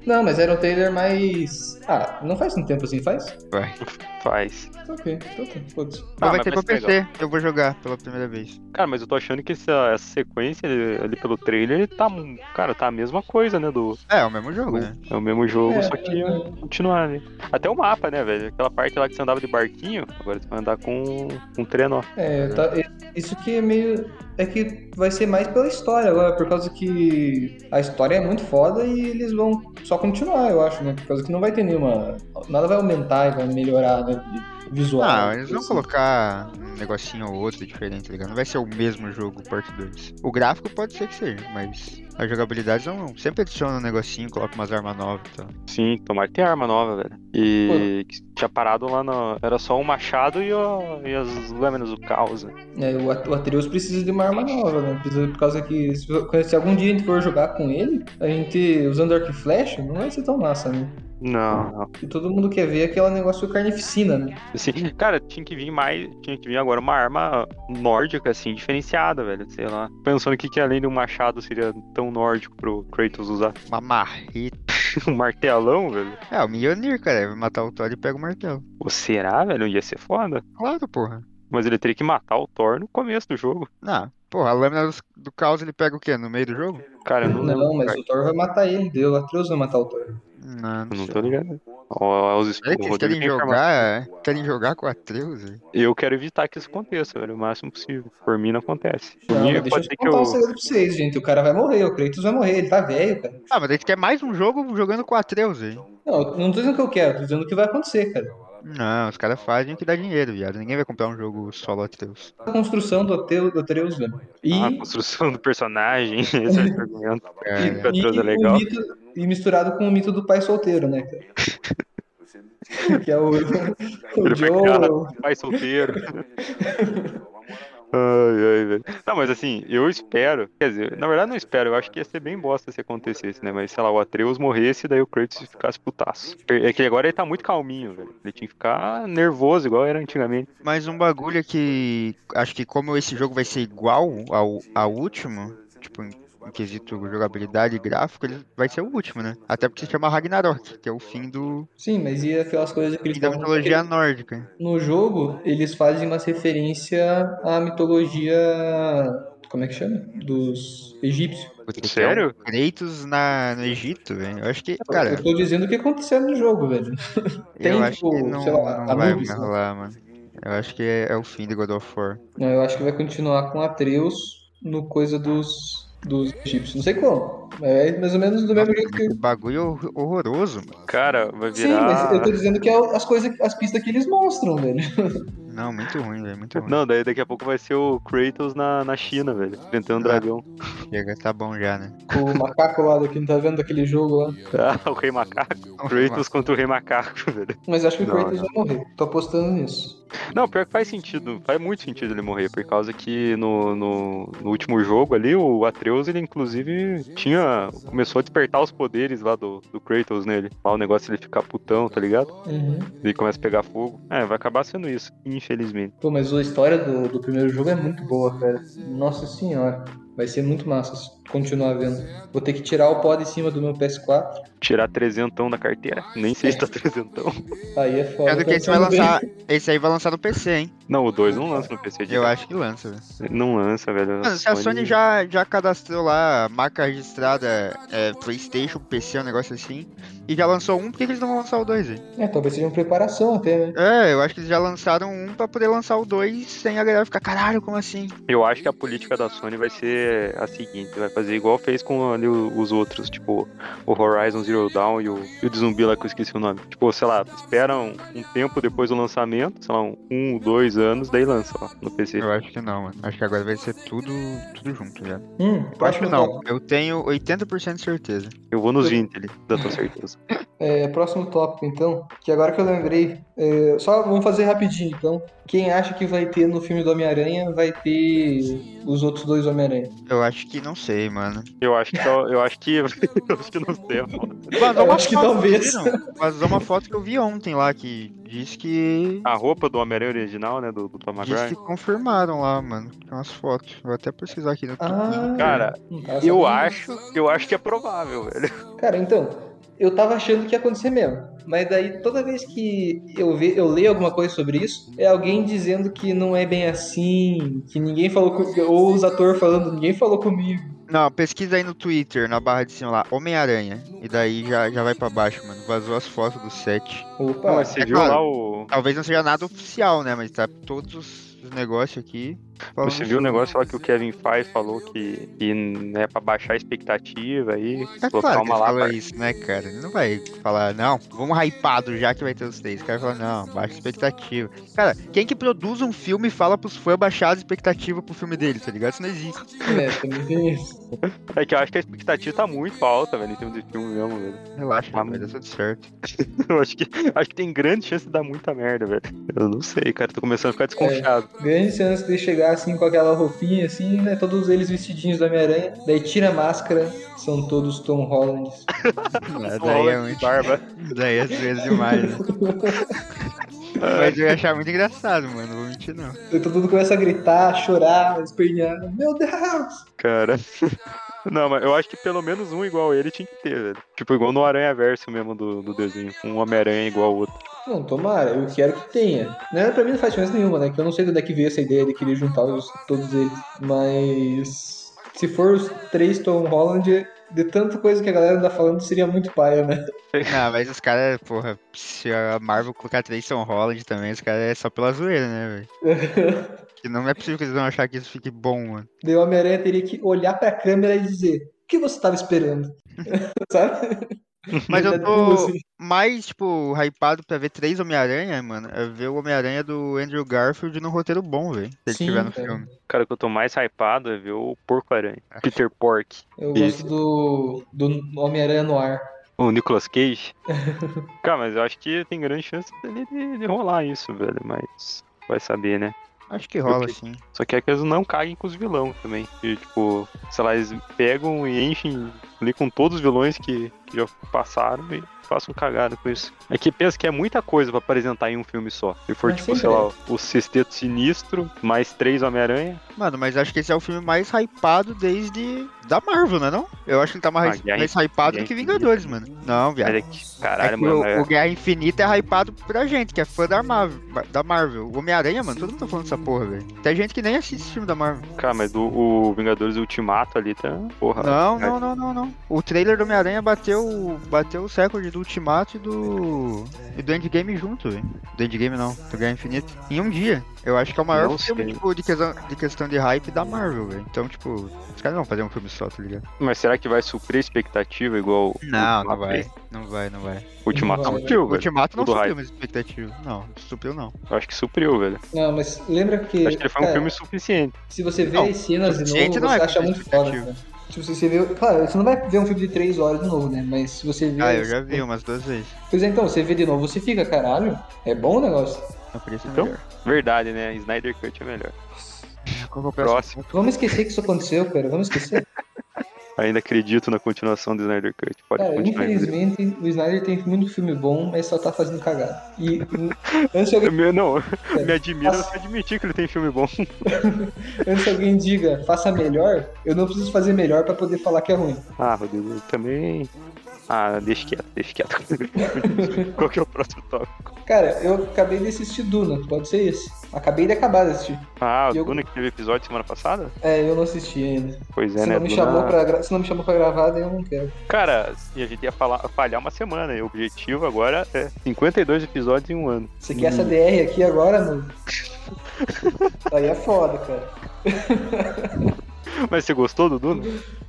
Speaker 2: Não, mas era um trailer mais. Ah, não faz tanto tempo assim, faz?
Speaker 3: Vai.
Speaker 1: Faz.
Speaker 2: Tá Ok, então tá, foda-se.
Speaker 1: Ah,
Speaker 3: Mas
Speaker 1: mas
Speaker 3: vai ter
Speaker 1: vai
Speaker 3: pra
Speaker 1: ser
Speaker 3: PC, eu vou jogar pela primeira vez.
Speaker 1: Cara, mas eu tô achando que essa, essa sequência ali, ali pelo trailer tá. um- Cara, tá a mesma coisa, né? Do,
Speaker 3: É, é o mesmo jogo, né?
Speaker 1: é o mesmo mesmo jogo,
Speaker 2: É,
Speaker 1: só que
Speaker 2: é, é.
Speaker 1: continuar ali. Até o mapa, né, velho? Aquela parte lá que você andava de barquinho, agora você vai andar com com um trenó.
Speaker 2: É, tá- isso que é meio. É que vai ser mais pela história agora, por causa que a história é muito foda e eles vão só continuar, eu acho, né? Por causa que não vai ter nenhuma. Nada vai aumentar e vai melhorar, né? de Visual.
Speaker 3: Ah, eles vão
Speaker 2: Assim.
Speaker 3: colocar um negocinho ou outro diferente, tá ligado? Não vai ser o mesmo jogo parte 2. O gráfico pode ser que seja, mas a jogabilidade não. Sempre adiciona um negocinho, coloca umas armas novas tá? e tal.
Speaker 1: Sim, tomara que tenha arma nova, velho. E que tinha parado lá no. Era só um machado e, o- e as lâminas do caos. né?
Speaker 2: É, o At- o Atreus precisa de uma arma nova, né? Precisa, por causa que se, se algum dia a gente for jogar com ele, a gente usando arco e flecha, não vai ser tão massa, né?
Speaker 1: Não, não.
Speaker 2: E todo mundo quer ver aquele negócio carnificina, né?
Speaker 1: Assim, cara, tinha que vir mais. Tinha que vir agora uma arma nórdica, assim, diferenciada, velho. Sei lá. Pensando que, que além de um machado seria tão nórdico pro Kratos usar (laughs)
Speaker 3: Uma marreta.
Speaker 1: um martelão, velho.
Speaker 3: É, o Mjolnir, cara. Vai matar o Thor e pega o martelo.
Speaker 1: Ou será, velho? Ia ser foda.
Speaker 3: Claro, porra.
Speaker 1: Mas ele teria que matar o Thor no começo do jogo.
Speaker 3: Não, porra, a lâmina dos- do caos ele pega o quê? No meio do jogo?
Speaker 1: Cara, eu não lembro.
Speaker 2: Não, mas
Speaker 1: cara.
Speaker 2: o Thor vai matar ele, deu, o Atreus vai matar o Thor.
Speaker 3: Não,
Speaker 1: Eu
Speaker 3: não,
Speaker 1: não
Speaker 3: sei.
Speaker 1: tô ligado. Ó, os
Speaker 3: É que
Speaker 1: o
Speaker 3: eles
Speaker 1: Rodrigo
Speaker 3: querem
Speaker 1: tem informação.
Speaker 3: jogar, é, querem jogar com a Atreus, velho.
Speaker 1: Eu quero evitar que isso aconteça, velho, o máximo possível. Por mim não acontece. Por
Speaker 2: Não,
Speaker 1: mim
Speaker 2: mas deixa eu
Speaker 1: pode
Speaker 2: te
Speaker 1: ser que
Speaker 2: contar
Speaker 1: eu.
Speaker 2: um segredo pra vocês, gente. O cara vai morrer, o Kratos vai morrer, ele tá velho, cara.
Speaker 3: Ah, mas daí tu quer mais um jogo jogando com a Atreus, velho.
Speaker 2: Não, eu não tô dizendo o que eu quero, tô dizendo o que vai acontecer, cara.
Speaker 3: Não, os caras fazem o que dá dinheiro, viado. Ninguém vai comprar um jogo solo Atreus.
Speaker 2: A construção do Atreus, do Atreus velho. E,
Speaker 1: Ah, a construção do personagem, (laughs)
Speaker 2: (laughs)
Speaker 1: esse é o argumento.
Speaker 3: É,
Speaker 1: que o
Speaker 2: e,
Speaker 1: Atreus é
Speaker 2: e o
Speaker 1: legal.
Speaker 2: mito- e misturado com o mito do pai solteiro, né,
Speaker 1: (laughs)
Speaker 2: cara? que é o, o
Speaker 1: Ele foi
Speaker 2: Joe. (laughs)
Speaker 1: criado pai solteiro. Ai, ai, velho. Não, mas assim, eu espero. Quer dizer, na verdade não espero, eu acho que ia ser bem bosta se acontecesse, né? Mas sei lá, o Atreus morresse e daí o Kratos ficasse putaço. É que agora ele tá muito calminho, velho. Ele tinha que ficar nervoso, igual era antigamente.
Speaker 3: Mas um bagulho é que acho que como esse jogo vai ser igual ao, ao último, tipo, em, em quesito jogabilidade e gráfico, ele vai ser o último, né? Até porque se chama Ragnarok, que é o fim do
Speaker 2: Sim, mas e aquelas coisas que eles
Speaker 3: fim da
Speaker 2: estavam
Speaker 3: mitologia nórdica.
Speaker 2: No jogo, eles fazem umas referência à mitologia. Como é que chama? Dos egípcios.
Speaker 3: Puta, que é o
Speaker 1: Sério?
Speaker 3: Kratos na, no Egito, velho. Eu acho que,
Speaker 2: eu
Speaker 3: cara,
Speaker 2: tô dizendo o que aconteceu no jogo, velho. tem,
Speaker 3: eu acho que
Speaker 2: tipo,
Speaker 3: não,
Speaker 2: sei lá,
Speaker 3: não vai
Speaker 2: Anubis, né?
Speaker 3: rolar, mano. Eu acho que é, é o fim de God of War.
Speaker 2: Não, Né, Eu acho que vai continuar com Atreus no coisa dos, dos egípcios. Não sei como. mas É mais ou menos do mesmo jeito que.
Speaker 3: Que bagulho hor- horroroso, mano.
Speaker 1: Cara, vai
Speaker 2: Sim, mas eu
Speaker 1: virar.
Speaker 2: tô dizendo que é as coisas, as pistas que eles mostram, velho.
Speaker 3: Não, muito ruim, velho. Muito ruim.
Speaker 1: Não, daí daqui a pouco vai ser o Kratos na, na China, velho. Enfrentando o dragão. (laughs)
Speaker 3: Chega, tá bom já, né?
Speaker 2: Com o macaco lá do que não tá vendo aquele jogo lá.
Speaker 1: Ah, o Rei Macaco. Kratos contra o Rei Macaco, (laughs) velho.
Speaker 2: Mas acho que o
Speaker 1: Não,
Speaker 2: Kratos
Speaker 1: não.
Speaker 2: vai morrer. Tô apostando nisso.
Speaker 1: Não, pior que faz sentido. Faz muito sentido ele morrer, por causa que no, no, no último jogo ali, o Atreus, ele inclusive tinha. Começou a despertar os poderes lá do, do Kratos nele. Lá o negócio ele ficar putão, tá ligado?
Speaker 2: Uhum.
Speaker 1: Ele começa a pegar fogo. É, vai acabar sendo isso, infelizmente.
Speaker 2: Pô, mas a história do, do primeiro jogo é muito boa, cara. Nossa senhora. Vai ser muito massa se continuar vendo. Vou ter que tirar o pó de cima do meu PS4.
Speaker 1: Tirar trezentão da carteira. Nem sei se tá trezentão.
Speaker 2: Aí é foda. um
Speaker 3: Sendo que esse vai lançar. Esse aí vai lançar no PC, hein?
Speaker 1: Não, o 2 não lança no PC de
Speaker 3: Eu acho que lança, velho.
Speaker 1: Não lança, velho.
Speaker 3: Mano, se a Sony já, já cadastrou lá a marca registrada é, Playstation, PC, um negócio assim, e já lançou um, por que que eles não vão lançar o dois, velho?
Speaker 2: É, talvez seja uma preparação até, né?
Speaker 3: É, eu acho que eles já lançaram um pra poder lançar o dois sem a galera ficar, caralho, como assim?
Speaker 1: Eu acho que a política da Sony vai ser a seguinte, vai fazer igual fez com ali o- os outros, tipo o Horizon Zero Dawn e o, e o de zumbi lá que eu esqueci o nome. Tipo, sei lá, esperam um tempo depois do lançamento, sei lá, um, um, dois anos, daí lança lá no PC.
Speaker 3: Eu acho que não, mano. Acho que agora vai ser tudo, tudo junto já.
Speaker 2: Hum,
Speaker 3: Eu acho que
Speaker 2: próximo
Speaker 3: não.
Speaker 2: tópico.
Speaker 3: Eu tenho 80% de certeza.
Speaker 1: Eu vou nos 20 ali, da tua certeza.
Speaker 2: É, próximo tópico, então. Que agora que eu lembrei. é, só vamos fazer rapidinho, então. Quem acha que vai ter no filme do Homem-Aranha, vai ter os outros dois Homem-Aranha.
Speaker 3: Eu acho que não sei, mano.
Speaker 1: Eu acho que tá- eu acho que (laughs) eu acho que não sei. mano.
Speaker 3: Vazou
Speaker 2: Eu
Speaker 3: uma
Speaker 2: acho que
Speaker 3: foto,
Speaker 2: talvez.
Speaker 3: viram? Vazou uma foto que eu vi ontem lá que diz que.
Speaker 1: A roupa do Homem-Aranha original, né, do, do Tom
Speaker 3: Diz que
Speaker 1: Maguire.
Speaker 3: confirmaram lá, mano. Tem umas fotos. Vou até pesquisar aqui no
Speaker 2: Ah,
Speaker 1: Cara,
Speaker 2: não tava
Speaker 1: eu
Speaker 2: sabendo.
Speaker 1: acho, eu acho que é provável, velho.
Speaker 2: Cara, então, eu tava achando que ia acontecer mesmo. Mas daí toda vez que eu, ve, eu leio alguma coisa sobre isso, é alguém dizendo que não é bem assim, que ninguém falou com, ou os atores falando, ninguém falou comigo.
Speaker 3: Não, pesquisa aí no Twitter, na barra de cima lá, Homem-Aranha. E daí já, já vai pra baixo, mano. Vazou as fotos do set.
Speaker 2: Opa,
Speaker 1: Não, mas
Speaker 2: (laughs)
Speaker 1: você
Speaker 3: é
Speaker 1: viu
Speaker 3: claro.
Speaker 1: lá o.
Speaker 3: Talvez não seja nada oficial, né? Mas tá todos os- os negócios aqui. falando
Speaker 1: Você viu o negócio lá que o Kevin Feige falou que, que é pra baixar a expectativa aí,
Speaker 3: É
Speaker 1: colocar
Speaker 3: claro que
Speaker 1: uma
Speaker 3: ele
Speaker 1: lá
Speaker 3: fala
Speaker 1: pra...
Speaker 3: isso, né, cara? Ele não vai falar, não, vamos hypado já que vai ter os três. O cara fala, não, baixa a expectativa. Cara, quem que produz um filme e fala pros fãs baixar as expectativas pro filme dele, tá ligado? Isso não existe.
Speaker 2: é, também tem isso.
Speaker 1: É que eu acho que a expectativa tá muito alta, velho, em termos de filme mesmo, velho. (laughs)
Speaker 3: Relaxa,
Speaker 1: Ah,
Speaker 3: mano, vai dar
Speaker 1: (laughs)
Speaker 3: tudo certo.
Speaker 1: Eu acho que, acho que tem grande chance de dar muita merda, velho. Eu não sei, cara, tô começando a
Speaker 3: É,
Speaker 1: ficar desconfiado.
Speaker 2: Grande chance de chegar assim com aquela roupinha assim, né? Todos eles vestidinhos do Homem-Aranha. Daí tira a máscara, são todos Tom Hollands. (laughs)
Speaker 3: Ah,
Speaker 1: Uma
Speaker 3: daí é
Speaker 1: hora de
Speaker 3: muito...
Speaker 1: barba.
Speaker 3: (laughs) Daí é vezes demais, né? Mas eu ia achar muito engraçado, mano, não vou mentir não.
Speaker 2: Daí todo mundo começa a gritar, chorar, espernear. Meu Deus!
Speaker 1: Cara. (laughs) Não, mas eu acho que pelo menos um igual ele tinha que ter, velho. Tipo, igual no Aranha Verso mesmo do, do desenho. Um Homem-Aranha igual ao outro.
Speaker 2: Não, tomara, eu quero que tenha. Né, pra mim não faz diferença nenhuma, né? Que eu não sei de onde é que veio essa ideia de querer juntar os- todos eles. Mas. Se for os três Tom Holland, de tanta coisa que a galera tá falando, seria muito paia, né?
Speaker 3: Ah, mas os caras, porra, se a Marvel colocar três São Holland também, os caras é só pela zoeira, né, velho? Que Não é possível que eles vão achar que isso fique bom, mano.
Speaker 2: Daí o Homem-Aranha teria que olhar pra câmera e dizer: O que você tava esperando? Sabe? (laughs)
Speaker 3: Mas eu
Speaker 2: Tá tudo
Speaker 3: tô
Speaker 2: assim.
Speaker 3: mais, tipo, hypado pra ver três Homem-Aranha, mano. É ver o Homem-Aranha do Andrew Garfield num roteiro bom, velho. Se ele
Speaker 2: Sim,
Speaker 3: tiver no
Speaker 2: cara.
Speaker 3: filme.
Speaker 1: Cara, o que eu tô mais hypado é ver o Porco-Aranha.
Speaker 3: Ah.
Speaker 1: Peter Pork.
Speaker 2: Eu
Speaker 1: Isso.
Speaker 2: gosto do, do Homem-Aranha no ar.
Speaker 1: O Nicolas Cage. Cara, mas eu acho que tem grande chance dele de, de rolar isso, velho. Mas vai saber, né?
Speaker 3: Acho que rola,
Speaker 1: Ok.
Speaker 3: sim.
Speaker 1: Só que é que eles não caguem com os vilão também. E, tipo, sei lá, eles pegam e enchem ali com todos os vilões que, que já passaram e façam cagada com isso. É que pensa que é muita coisa pra apresentar em um filme só. Se for,
Speaker 2: Ah,
Speaker 1: tipo,
Speaker 2: sim,
Speaker 1: sei lá, o Sexteto Sinistro, mais três Homem-Aranha.
Speaker 3: Mano, mas acho que esse é o filme mais hypado desde. da Marvel, né? Não? Eu acho que ele tá mais,
Speaker 1: Ah, Guerra
Speaker 3: mais hypado
Speaker 1: Guerra
Speaker 3: do que
Speaker 1: Infinita.
Speaker 3: Vingadores, mano. Não,
Speaker 1: Mas
Speaker 3: viado.
Speaker 1: é que, caralho,
Speaker 3: É que
Speaker 1: mano.
Speaker 3: o,
Speaker 1: é-
Speaker 3: o Guerra Infinita é hypado pra gente, que é fã da Marvel. Da Marvel. O Homem-Aranha, mano, todo mundo tá falando dessa porra, velho. Tem gente que nem assiste filme da Marvel.
Speaker 1: Cara, mas o, o Vingadores Ultimato ali tá. Porra.
Speaker 3: Não,
Speaker 1: cara.
Speaker 3: não, não, não, não. O trailer do Homem-Aranha bateu, bateu o recorde do Ultimato e do. e do Endgame junto, velho. Do Endgame não, do Guerra Infinita. Em um dia. Eu acho que é o maior
Speaker 1: Não
Speaker 3: filme,
Speaker 1: sei.
Speaker 3: tipo, de questão, de questão de hype da Marvel, velho. Então, tipo, os caras não vão fazer um filme só, tá ligado?
Speaker 1: Mas será que vai suprir a expectativa igual. o
Speaker 3: Não, não
Speaker 1: Ultimato
Speaker 3: vai.
Speaker 1: fez?
Speaker 3: Não vai, não vai.
Speaker 1: Ultimato
Speaker 2: Não vai,
Speaker 1: supriu,
Speaker 3: O
Speaker 1: velho.
Speaker 3: Ultimato não
Speaker 1: Tudo
Speaker 3: subiu minhas expectativas. Não, subiu não.
Speaker 1: Eu acho que supriu, velho.
Speaker 2: Não, mas lembra que.
Speaker 1: Acho que ele foi um
Speaker 2: cara,
Speaker 1: filme suficiente.
Speaker 2: Se você vê
Speaker 3: Não,
Speaker 2: as cenas de novo,
Speaker 3: suficiente não
Speaker 2: você
Speaker 3: é
Speaker 2: acha
Speaker 3: como
Speaker 2: muito foda.
Speaker 3: justificativo.
Speaker 2: Cara. Tipo, se você vê. Claro, você não vai ver um filme de 3 horas de novo, né? Mas se você vê.
Speaker 3: Ah, eu já vi umas duas vezes.
Speaker 2: Pois é, então, você vê de novo, você fica, caralho, é bom o negócio.
Speaker 3: Não, por isso é
Speaker 1: Então?
Speaker 3: melhor.
Speaker 1: Verdade, né? Snyder Cut é melhor.
Speaker 3: Qual que é o
Speaker 1: Próximo.
Speaker 2: Vamos esquecer que isso aconteceu, cara. Vamos esquecer.
Speaker 1: Ainda acredito na continuação do Snyder Cut. Pode
Speaker 2: Cara,
Speaker 1: continuar. Inglês.
Speaker 2: É, infelizmente, o Snyder tem muito filme bom, mas só tá fazendo cagada. E (laughs) hum, antes de alguém,
Speaker 1: Meu- Não, me admira
Speaker 2: (laughs)
Speaker 1: você admitir que ele tem filme bom.
Speaker 2: antes que alguém diga, faça melhor, eu não preciso fazer melhor pra poder falar que é ruim.
Speaker 1: Ah, Rodrigo, eu também. Ah, deixa quieto, deixa
Speaker 2: (laughs)
Speaker 1: quieto. Qual que é o próximo tópico?
Speaker 2: Cara, eu acabei de assistir Duna, pode ser esse. Acabei de acabar de assistir.
Speaker 1: Ah,
Speaker 2: E eu-
Speaker 1: o Duna que teve episódio semana passada?
Speaker 2: É, eu não assisti ainda.
Speaker 1: Pois é,
Speaker 2: Se
Speaker 1: né?
Speaker 2: não, me
Speaker 1: Duna-
Speaker 2: chamou pra, gra- se não me chamou pra gravar, daí eu não quero.
Speaker 1: Cara, e a gente ia falar- falhar uma semana. E o objetivo agora é 52 episódios em um ano.
Speaker 2: Você quer essa DR aqui
Speaker 1: (laughs)
Speaker 2: agora, mano? Aí é foda, cara.
Speaker 1: Mas você gostou do Duna?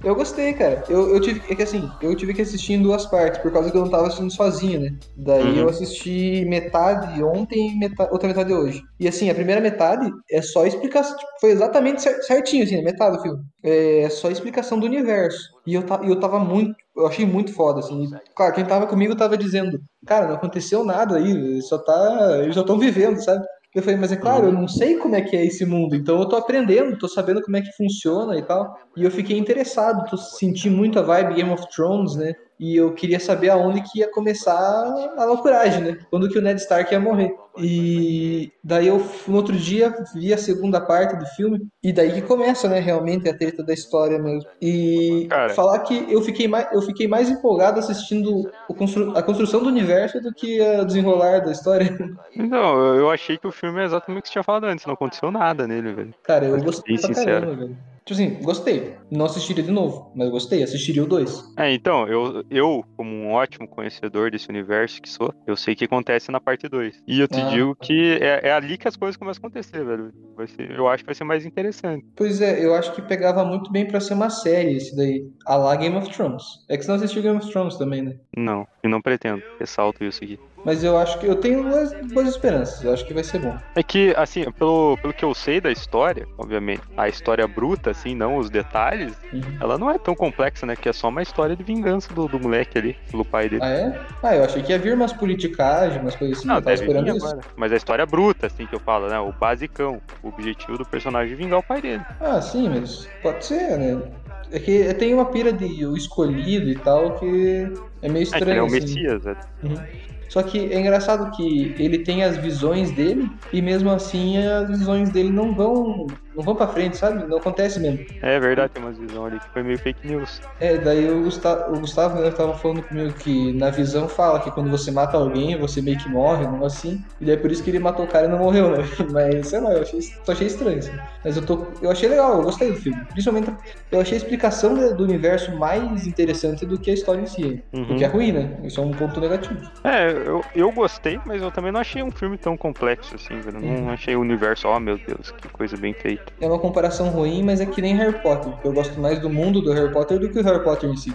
Speaker 2: Eu gostei, cara. Eu, eu tive, é que assim, eu tive que assistir em duas partes, por causa que eu não tava assistindo sozinho, né? Daí
Speaker 1: Uhum.
Speaker 2: eu assisti metade ontem e meta- outra metade hoje. E assim, a primeira metade é só explicação. tipo, foi exatamente cer- certinho, assim, a metade do filme. É é só explicação do universo. E eu, ta- e eu tava muito. Eu achei muito foda, assim. E, claro, quem tava comigo tava dizendo, cara, não aconteceu nada aí, eles só tá. Eles já estão vivendo, sabe? Eu falei, mas é claro, eu não sei como é que é esse mundo, então eu tô aprendendo, tô sabendo como é que funciona e tal. E eu fiquei interessado, tô senti muito a vibe Game of Thrones, né? E eu queria saber aonde que ia começar a loucuragem, né? Quando que o Ned Stark ia morrer. E daí eu, no outro dia, vi a segunda parte do filme. E daí que começa, né? Realmente a treta da história mesmo. E
Speaker 1: Cara.
Speaker 2: falar que eu fiquei, mais, eu fiquei mais empolgado assistindo o constru- a construção do universo do que a desenrolar da história.
Speaker 1: Então, eu- eu achei que o filme é exatamente o que você tinha falado antes, não aconteceu nada nele, velho.
Speaker 2: Cara, eu
Speaker 1: Pra ser
Speaker 2: gostei
Speaker 1: tipo, bem
Speaker 2: pra
Speaker 1: sincero.
Speaker 2: caramba, velho. Tipo assim, gostei. Não assistiria de novo, mas gostei. Assistiria o 2.
Speaker 1: É, então, eu, eu, como um ótimo conhecedor desse universo que sou, eu sei o que acontece na parte 2. E eu te
Speaker 2: Ah.
Speaker 1: digo que é, é ali que as coisas começam a acontecer, velho. Vai ser, eu acho que vai ser mais interessante.
Speaker 2: Pois é, eu acho que pegava muito bem pra ser uma série esse daí. A lá Game of Thrones. É que você não assistiu Game of Thrones também, né?
Speaker 1: Não, e não pretendo. Ressalto isso aqui.
Speaker 2: Mas eu acho que eu tenho boas, boas esperanças. Eu acho que vai ser bom.
Speaker 1: É que, assim, pelo, pelo que eu sei da história, obviamente, a história bruta, assim, não os detalhes,
Speaker 2: Uhum.
Speaker 1: ela não é tão complexa, né? Que é só uma história de vingança do, do moleque ali, pelo pai dele.
Speaker 2: Ah, é? Ah, eu achei que ia vir umas politicagens, umas coisas assim.
Speaker 1: Não,
Speaker 2: eu tava
Speaker 1: deve
Speaker 2: esperando
Speaker 1: vir
Speaker 2: isso.
Speaker 1: agora. Mas a história bruta, assim, que eu falo, né? O basicão. O objetivo do personagem é vingar o pai dele.
Speaker 2: Ah, sim, mas pode ser, né? É que tem uma pira de o escolhido e tal que
Speaker 1: É,
Speaker 2: é meio
Speaker 1: que ele
Speaker 2: estranho.
Speaker 1: é o
Speaker 2: assim.
Speaker 1: Messias, né?
Speaker 2: Só que é engraçado que ele tem as visões dele e mesmo assim as visões dele não vão não vão para frente, sabe? Não acontece mesmo.
Speaker 1: É verdade, tem umas visões ali que foi meio fake news.
Speaker 2: É, daí o Gustavo, o Gustavo né, tava falando comigo que na visão fala que quando você mata alguém, você meio que morre, um negócio assim. E daí é por isso que ele matou o cara e não morreu, né? (laughs) Mas sei lá, eu achei, só achei estranho. assim. Mas eu tô eu achei legal, eu gostei do filme. Principalmente eu achei a explicação do- do universo mais interessante do que a história em si. O que é ruim, né? Isso é um ponto negativo.
Speaker 1: É, eu, eu gostei, mas eu também não achei um filme tão complexo assim, velho.
Speaker 2: Uhum.
Speaker 1: Não achei o universo, ó meu Deus, que coisa bem feita.
Speaker 2: É uma comparação ruim, mas é que nem Harry Potter, porque eu gosto mais do mundo do Harry Potter do que o Harry Potter em si.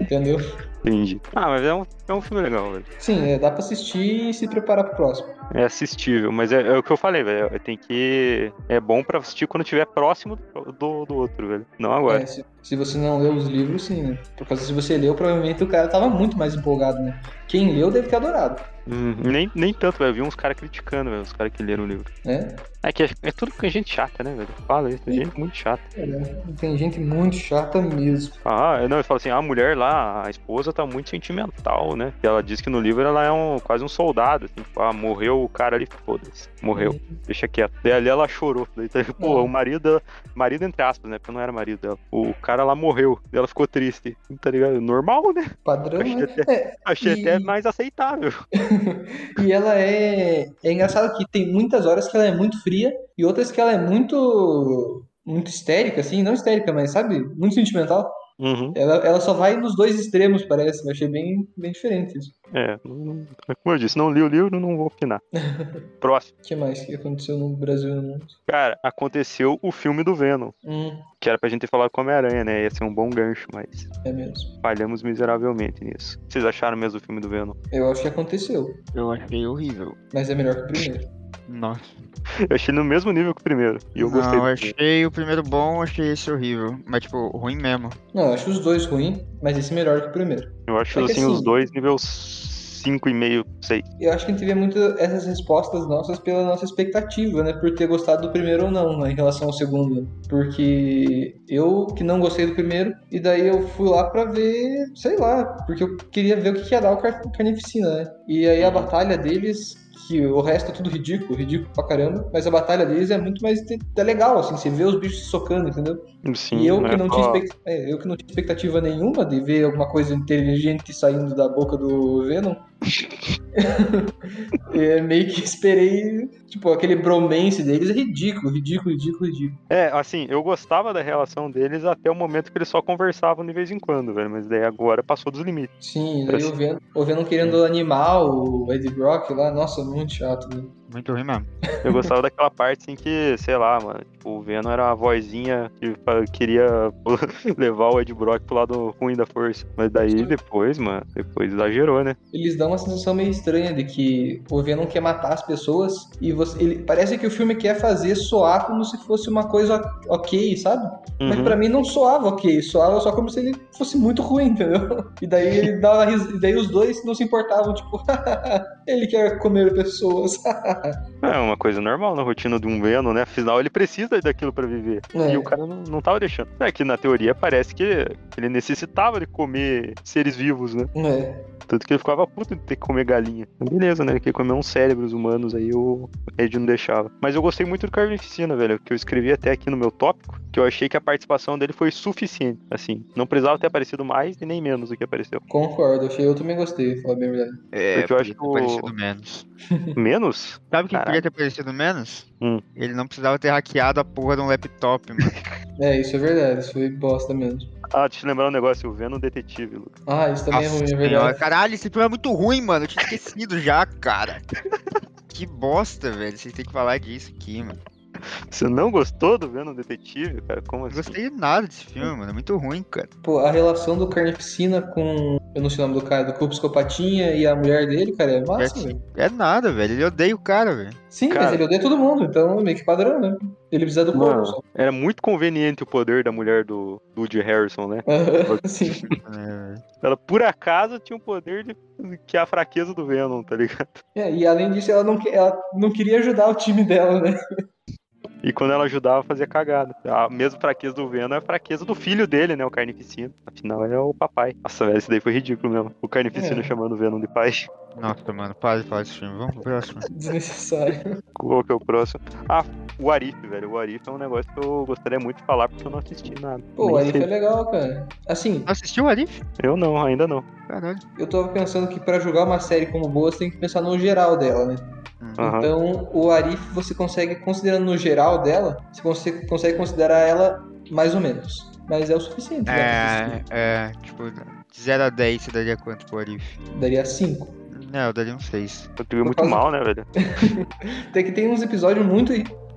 Speaker 2: Entendeu?
Speaker 1: Entendi. Ah, mas é um, é um filme legal, velho.
Speaker 2: Sim, é, dá pra assistir e se preparar pro próximo.
Speaker 1: É assistível, mas é, é o que eu falei, velho. Tem que. É bom pra assistir quando estiver próximo do, do, do outro, velho. Não agora.
Speaker 2: É, se, se você não leu os livros, sim, né? Por causa se você leu, provavelmente o cara tava muito mais empolgado, né? Quem leu deve ter adorado,
Speaker 1: Hum, nem, nem tanto, velho. Eu vi uns caras criticando, velho, os caras que leram o livro.
Speaker 2: né?
Speaker 1: É que é, é tudo com gente chata, né, velho? Fala isso, é gente muito chata.
Speaker 2: É, tem gente muito chata mesmo.
Speaker 1: Ah, não, ele fala assim, a mulher lá, a esposa tá muito sentimental, né? E ela diz que no livro ela é um, quase um soldado, assim, tipo, ah, morreu o cara ali, foda-se, morreu, deixa quieto. Daí ali ela chorou, daí, tá, pô,
Speaker 2: Não.
Speaker 1: o marido, dela- marido entre aspas, né, porque não era marido dela, o cara lá morreu, daí ela ficou triste, tá ligado? Normal, né? (laughs)
Speaker 2: Padrão,
Speaker 1: Achei
Speaker 2: né? É,
Speaker 1: Achei
Speaker 2: E-
Speaker 1: até mais aceitável.
Speaker 2: e ela é. É engraçado que tem muitas horas que ela é muito fria e outras que ela é muito. Muito histérica, assim, não histérica, mas sabe? Muito sentimental.
Speaker 1: Uhum,
Speaker 2: Ela, ela só vai nos dois extremos, parece. Eu achei bem, bem diferente isso.
Speaker 1: é, não- como eu disse, não li o livro, não vou opinar. Próximo.
Speaker 2: O que mais que aconteceu no Brasil e no mundo?
Speaker 1: Cara, aconteceu o filme do Venom,
Speaker 2: Hum,
Speaker 1: que era pra gente ter falado com o Homem-Aranha, né, ia ser um bom gancho, mas...
Speaker 2: é mesmo.
Speaker 1: falhamos miseravelmente nisso. Vocês acharam mesmo o filme do Venom?
Speaker 2: Eu acho que aconteceu,
Speaker 3: Eu achei horrível.
Speaker 2: mas é melhor que o primeiro.
Speaker 3: Nossa.
Speaker 1: Eu achei no mesmo nível que o primeiro. E eu
Speaker 3: não,
Speaker 1: gostei. do
Speaker 3: eu
Speaker 1: primeiro.
Speaker 3: achei o primeiro bom, achei esse horrível. Mas, tipo, ruim mesmo.
Speaker 2: Não, eu acho os dois ruins, mas esse é melhor que o primeiro.
Speaker 1: Eu acho
Speaker 2: É que
Speaker 1: assim, os
Speaker 2: assim-
Speaker 1: dois nível 5,5, 6.
Speaker 2: Eu acho que a gente vê muito essas respostas nossas pela nossa expectativa, né? Por ter gostado do primeiro ou não, né? Em relação ao segundo. Porque eu que não gostei do primeiro, e daí eu fui lá pra ver, sei lá, porque eu queria ver o que que ia dar o Car- Carnificina, né? E aí a batalha deles, que o resto é tudo ridículo, ridículo pra caramba, mas a batalha deles é muito mais. te- É legal, assim, você vê os bichos se socando, entendeu?
Speaker 1: Sim,
Speaker 2: E eu
Speaker 1: né?
Speaker 2: que, não tinha
Speaker 1: Ó,
Speaker 2: expect- é, eu que não tinha expectativa nenhuma de ver alguma coisa inteligente saindo da boca
Speaker 1: (laughs)
Speaker 2: do Venom. é, meio que esperei. Tipo, aquele bromance deles é ridículo, ridículo, ridículo, ridículo.
Speaker 1: É, assim, eu gostava da relação deles até o momento que eles só conversavam de vez em quando, velho. Mas daí agora passou dos limites.
Speaker 2: Sim, daí o Venom, o Venom querendo animar o Ed Brock lá, nossa, muito chato, né?
Speaker 3: Muito ruim mesmo.
Speaker 1: Eu gostava (laughs) daquela parte assim que, sei lá, mano, tipo, o Venom era uma vozinha que fa- queria (laughs) levar o Ed Brock pro lado ruim da força. Mas daí depois, mano, depois exagerou, né?
Speaker 2: Eles dão uma sensação meio estranha de que o Venom quer matar as pessoas e você. Ele, parece que o filme quer fazer soar como se fosse uma coisa ok, sabe? Mas
Speaker 1: Uhum.
Speaker 2: pra mim não soava ok, soava só como se ele fosse muito ruim, entendeu? E daí (laughs) ele dava ris... e daí os dois não se importavam, tipo, ele quer comer pessoas.
Speaker 1: É uma coisa normal na rotina de um Venom, né? Afinal, ele precisa daquilo pra viver.
Speaker 2: É.
Speaker 1: E o cara não, não tava deixando. É que na teoria parece que ele necessitava de comer seres vivos, né?
Speaker 2: É.
Speaker 1: Tanto que ele ficava puto de ter que comer galinha. Beleza, né? Ele queria comer uns cérebros humanos, aí o Ed não deixava. Mas eu gostei muito do Carnificina, velho, que eu escrevi até aqui no meu tópico, que eu achei que a participação dele foi suficiente, assim. Não precisava ter aparecido mais e nem menos do que apareceu.
Speaker 2: Concordo, achei, eu também gostei, falar bem a verdade.
Speaker 3: É,
Speaker 1: Porque eu acho
Speaker 3: podia ter
Speaker 1: que o-
Speaker 3: aparecido menos.
Speaker 1: Menos?
Speaker 3: Sabe quem
Speaker 1: Caraca.
Speaker 3: podia ter aparecido menos?
Speaker 1: Hum.
Speaker 3: Ele não precisava ter hackeado a porra de um laptop, mano.
Speaker 2: É, isso é verdade, isso foi bosta mesmo.
Speaker 1: Ah, deixa eu lembrar um negócio, o Venom Detetive, Lucas.
Speaker 2: Ah, isso também é ruim, é
Speaker 3: Senhora.
Speaker 2: verdade.
Speaker 3: Caralho, esse filme é muito ruim, mano. Eu tinha esquecido já, cara. (laughs) Que bosta, velho. Vocês têm que falar disso aqui, mano.
Speaker 1: Você não gostou do Venom Detetive, cara? Como
Speaker 3: Não
Speaker 1: assim?
Speaker 3: gostei de nada desse filme, mano. É muito ruim, cara.
Speaker 2: Pô, a relação do Carnificina com. Eu não sei o nome do cara, do Clube Psicopatinha e a mulher dele, cara, é massa,
Speaker 3: É.
Speaker 2: velho.
Speaker 3: É nada, velho. Ele odeia o cara, velho.
Speaker 2: Sim, mas
Speaker 1: Cara.
Speaker 2: ele odeia todo mundo, então é meio que padrão, né? Ele precisa do corpo.
Speaker 1: Mano,
Speaker 2: só.
Speaker 1: era muito conveniente o poder da mulher do do Woody Harrison, né?
Speaker 2: (laughs) Sim.
Speaker 3: É,
Speaker 1: Ela, por acaso, tinha o poder de- que é a fraqueza do Venom, tá ligado? (laughs)
Speaker 2: É, e além disso, ela não, que- ela não queria ajudar o time dela, né? (laughs)
Speaker 1: E quando ela ajudava, fazia cagada. A mesma fraqueza do Venom é a fraqueza do filho dele, né? O Carnificina. Afinal, ele é o papai. Nossa, velho, isso daí foi ridículo mesmo. O Carnificina
Speaker 2: É.
Speaker 1: chamando o Venom de pai. (laughs)
Speaker 3: Nossa, mano. Para de falar desse filme. Vamos pro próximo.
Speaker 2: Desnecessário.
Speaker 1: Qual que é o próximo? Ah, o Arif, velho. O Arif é um negócio que eu gostaria muito de falar porque eu não assisti nada.
Speaker 2: Pô,
Speaker 1: Nem
Speaker 2: aí
Speaker 1: sei.
Speaker 2: foi legal, cara. Assim,
Speaker 3: Não assistiu o Arif?
Speaker 1: Eu não, ainda não.
Speaker 3: Caralho.
Speaker 2: eu tava pensando que pra julgar uma série como boa, você tem que pensar no geral dela, né?
Speaker 1: Aham.
Speaker 2: Então, o Arif, você consegue, considerando no geral dela, você conse- consegue considerar ela mais ou menos. Mas é o suficiente. né? já pra
Speaker 3: É, é. Tipo, de 0 a 10, você daria quanto pro Arif?
Speaker 2: assistir. Daria 5.
Speaker 3: Não, eu daria um 6.
Speaker 1: Eu tive
Speaker 2: Por
Speaker 1: muito
Speaker 2: causa-
Speaker 1: mal, né, velho?
Speaker 2: Até que tem uns episódios muito.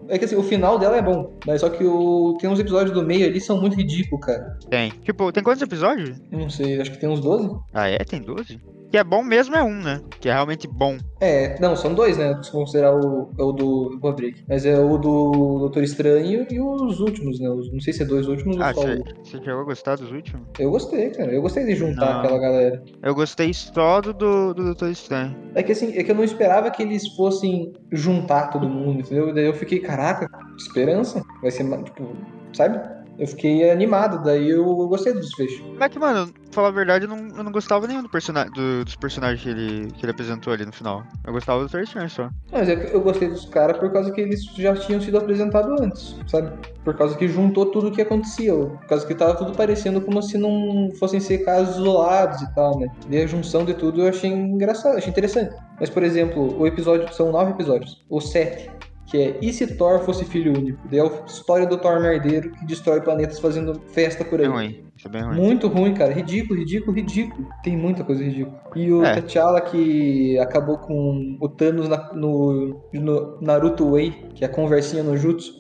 Speaker 2: É que assim, o final dela é bom, mas só que o... tem uns episódios do meio ali que são muito ridículos, cara.
Speaker 3: Tem. Tipo, tem quantos episódios?
Speaker 2: Não sei, acho que tem uns 12?
Speaker 3: Ah, é? Tem 12? Que é bom mesmo é um, né? Que é realmente bom.
Speaker 2: É, não, são dois, né? Se considerar o, é o do Kubrick. Mas é o do Doutor Estranho e os últimos, né? Os- não sei se é dois últimos ou
Speaker 3: Ah,
Speaker 2: só
Speaker 3: você
Speaker 2: um.
Speaker 3: você chegou a gostar dos últimos?
Speaker 2: Eu gostei, cara. Eu gostei de juntar
Speaker 3: Não.
Speaker 2: aquela galera.
Speaker 3: Eu gostei só do, do, do Doutor Estranho.
Speaker 2: É que assim, é que eu não esperava que eles fossem juntar todo mundo, entendeu? Daí eu fiquei, caraca, esperança. Vai ser, ma- tipo, sabe? Eu fiquei animado, daí eu gostei do desfecho.
Speaker 3: Mas que, mano, pra falar a verdade, eu não, eu não gostava nenhum do persona do- dos personagens que ele, que ele apresentou ali no final. Eu gostava do Doutor Estranho só.
Speaker 2: Mas é que eu gostei dos caras por causa que eles já tinham sido apresentados antes, sabe? Por causa que juntou tudo o que acontecia. Por causa que tava tudo parecendo como se não fossem ser casos isolados e tal, né? E a junção de tudo eu achei engraçado, achei interessante. Mas, por exemplo, o episódio, são nove episódios, ou sete, que é E se Thor fosse filho único? Daí é a história do Thor merdeiro que destrói planetas fazendo festa por
Speaker 3: Bem
Speaker 2: aí.
Speaker 3: ruim. Isso é bem ruim.
Speaker 2: Muito ruim, cara. Ridículo, ridículo, ridículo. Tem muita coisa ridícula. E o
Speaker 3: É.
Speaker 2: T'Challa que acabou com o Thanos na- no, no Naruto Way, que é a conversinha no Jutsu.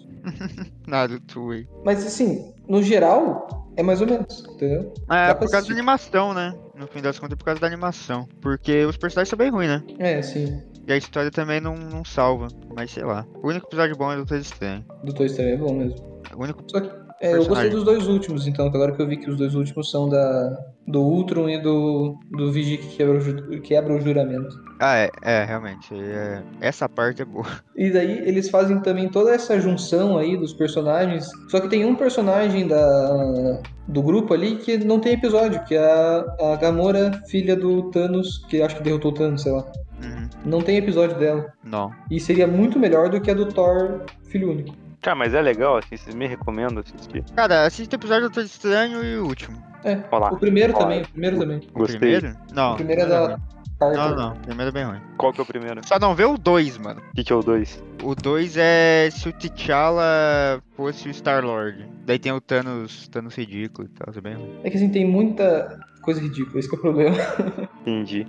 Speaker 3: Naruto, hein.
Speaker 2: Mas assim, no geral, é mais ou menos, entendeu?
Speaker 3: É,
Speaker 2: pra
Speaker 3: por causa
Speaker 2: assistir.
Speaker 3: da animação, né? No fim das contas, é por causa da animação. Porque os personagens são bem ruins, né?
Speaker 2: É, sim.
Speaker 3: E a história também não, não salva. Mas sei lá. O único episódio bom é o Doutor Estranho.
Speaker 2: Do Toy também é bom mesmo.
Speaker 3: O único.
Speaker 2: Só que é, eu gostei
Speaker 3: Personagem.
Speaker 2: dos dois últimos, então, que agora que eu vi que os dois últimos são da do Ultron e do, do Vigi que quebra o, ju- quebra o juramento.
Speaker 3: Ah, é, é realmente. é- Essa parte é boa.
Speaker 2: E daí eles fazem também toda essa junção aí dos personagens. Só que tem um personagem da, do grupo ali que não tem episódio, que é a, a Gamora, filha do Thanos, que acho que derrotou o Thanos, sei lá.
Speaker 3: (laughs) Uhum.
Speaker 2: Não tem episódio dela.
Speaker 3: Não.
Speaker 2: E seria muito melhor do que a do Thor, filho único.
Speaker 1: Cara, mas é legal, assim, vocês me recomendam assistir.
Speaker 3: Cara, assiste o episódio do Doutor Estranho e o último.
Speaker 1: Olha lá,
Speaker 2: É, O primeiro
Speaker 1: Olha.
Speaker 2: também, o primeiro também.
Speaker 1: gostei.
Speaker 3: Primeiro? Não.
Speaker 2: O primeiro é da Carter.
Speaker 3: Não, não. Primeiro é bem ruim.
Speaker 1: Qual que é o primeiro?
Speaker 3: Só não vê o 2, mano.
Speaker 1: O que, que é o dois?
Speaker 3: O 2 é se o T'Challa fosse o Star-Lord. Daí tem o Thanos, Thanos ridículo e tal. Isso é bem ruim.
Speaker 2: É que assim, tem muita coisa ridícula, esse que é o problema. (laughs)
Speaker 1: Entendi.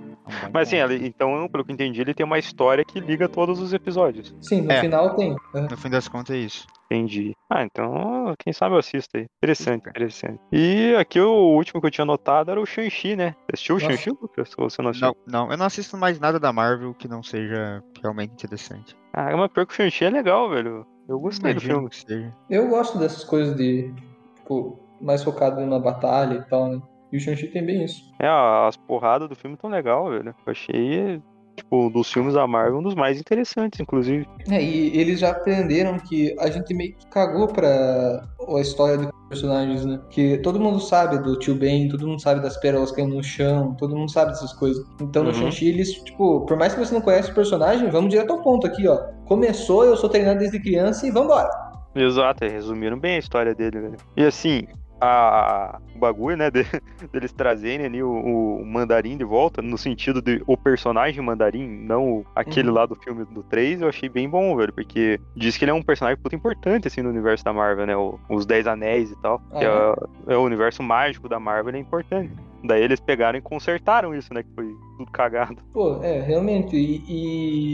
Speaker 1: Mas assim, ela- então, pelo que eu entendi, ele tem uma história que liga todos os episódios.
Speaker 2: Sim, no
Speaker 3: É.
Speaker 2: final tem. Aham.
Speaker 3: No fim das contas é isso.
Speaker 1: Entendi. Ah, então, quem sabe eu assisto aí. Interessante, interessante. E aqui o último que eu tinha anotado era o Shang-Chi, né? Você assistiu o
Speaker 2: Nossa.
Speaker 1: Shang-Chi, Lucas? Ou você não assistiu?
Speaker 3: Não, não, eu não assisto mais nada da Marvel que não seja realmente interessante.
Speaker 1: Ah, mas pior que o Shang-Chi é legal, velho. Eu gostei do filme.
Speaker 3: que seja.
Speaker 2: Eu gosto dessas coisas de, tipo, mais focado numa batalha e tal, né? E o Shang-Chi tem bem isso.
Speaker 1: É, as porradas do filme tão legal, velho. Eu achei tipo, dos filmes da Marvel, um dos mais interessantes, inclusive.
Speaker 2: É, e eles já aprenderam que a gente meio que cagou pra a história dos personagens, né? Que todo mundo sabe do tio Ben, todo mundo sabe das pérolas caindo no chão, todo mundo sabe dessas coisas. Então no
Speaker 1: Uhum.
Speaker 2: Shang-Chi eles, tipo, por mais que você não conhece o personagem, vamos direto ao ponto aqui, ó. Começou, eu sou treinado desde criança e vambora.
Speaker 1: Exato, é, resumiram bem a história dele, né? E assim, a, o bagulho, né, (laughs) de- deles trazerem ali o, o mandarim de volta, no sentido de o personagem mandarim, não o- aquele
Speaker 2: Uhum.
Speaker 1: lá do filme do 3, eu achei bem bom, velho, porque diz que ele é um personagem puta importante, assim, no universo da Marvel, né? o- os Dez Anéis e tal, que é, é o universo mágico da Marvel, ele é importante. Daí eles pegaram e consertaram isso, né, que foi tudo cagado.
Speaker 2: Pô, é, realmente. E,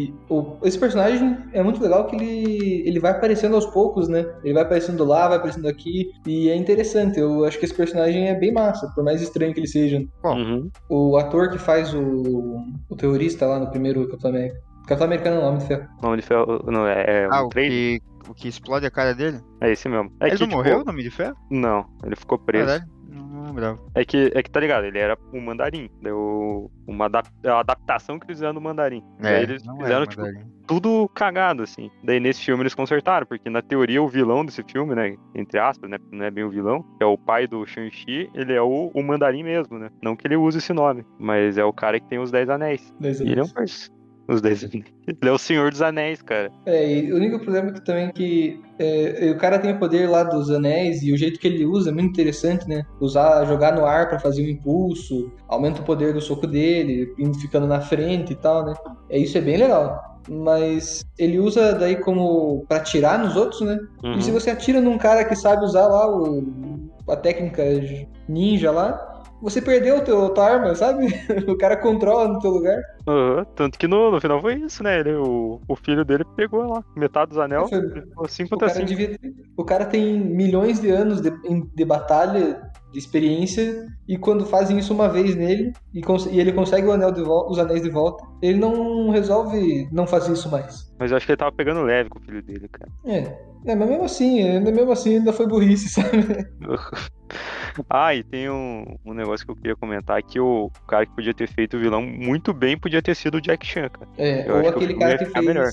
Speaker 2: e o- esse personagem é muito legal que ele, ele vai aparecendo aos poucos, né? Ele vai aparecendo lá, vai aparecendo aqui. E é interessante. Eu acho que esse personagem é bem massa, por mais estranho que ele seja.
Speaker 3: Bom.
Speaker 1: Uhum.
Speaker 2: O ator que faz o, o terrorista lá no primeiro Capitão América. Capitão América não, Homem de Ferro.
Speaker 1: Não, ele foi, não, é, é
Speaker 3: Ah,
Speaker 1: um
Speaker 3: o
Speaker 1: trailer?
Speaker 3: que, o que explode a cara dele?
Speaker 1: É esse mesmo. É
Speaker 3: ele
Speaker 1: que,
Speaker 3: não
Speaker 1: tipo,
Speaker 3: morreu, nome de ferro?
Speaker 1: Não, ele ficou preso.
Speaker 3: Caralho, não lembrava.
Speaker 1: É que, é que tá ligado, ele era o mandarim. Deu uma adap- a adaptação que eles fizeram do mandarim. Daí É, eles
Speaker 3: É, não
Speaker 1: fizeram,
Speaker 3: era
Speaker 1: tipo,
Speaker 3: mandarim.
Speaker 1: tudo cagado, assim. Daí nesse filme eles consertaram, porque na teoria o vilão desse filme, né? Entre aspas, né? Não é bem o vilão, que é o pai do Shang-Chi, ele é o, o mandarim mesmo, né? Não que ele use esse nome, mas é o cara que tem os Dez Anéis.
Speaker 2: Dois
Speaker 1: E ele é um
Speaker 2: anos.
Speaker 1: pers- Os Dez Anéis. Ele é o Senhor dos Anéis, cara.
Speaker 2: É, e o único problema que também que é, o cara tem o poder lá dos anéis e o jeito que ele usa é muito interessante, né? Usar, jogar no ar pra fazer um impulso, aumenta o poder do soco dele, indo ficando na frente e tal, né? É isso é bem legal. Mas ele usa daí como pra atirar nos outros, né? E se
Speaker 1: Uhum.
Speaker 2: você atira num cara que sabe usar lá o- a técnica ninja lá, você perdeu o teu, tua arma, sabe? (laughs) O cara controla no teu lugar.
Speaker 1: Aham, Uhum. Tanto que no, no final foi isso, né? Ele, o, o filho dele pegou lá metade dos anéis,
Speaker 2: Foi-
Speaker 1: ficou assim 5
Speaker 2: O
Speaker 1: contra
Speaker 2: cara,
Speaker 1: 5.
Speaker 2: devia ter- o cara tem milhões de anos de, em- de batalha, de experiência, e quando fazem isso uma vez nele, e, cons- e ele consegue o anel de volta, os anéis de volta, ele não resolve não fazer isso mais.
Speaker 1: Mas eu acho que ele tava pegando leve com o filho dele, cara.
Speaker 2: É. É, mas mesmo assim, é, mesmo assim ainda foi burrice, (laughs) sabe?
Speaker 1: Ah, e tem um, um negócio que eu queria comentar, que o cara que podia ter feito o vilão muito bem podia ter sido o Jack Chan, cara.
Speaker 2: É,
Speaker 1: Eu
Speaker 2: ou
Speaker 1: acho que o
Speaker 2: aquele
Speaker 1: filme
Speaker 2: cara
Speaker 1: ia
Speaker 2: que
Speaker 1: ficar
Speaker 2: fez.
Speaker 1: melhor.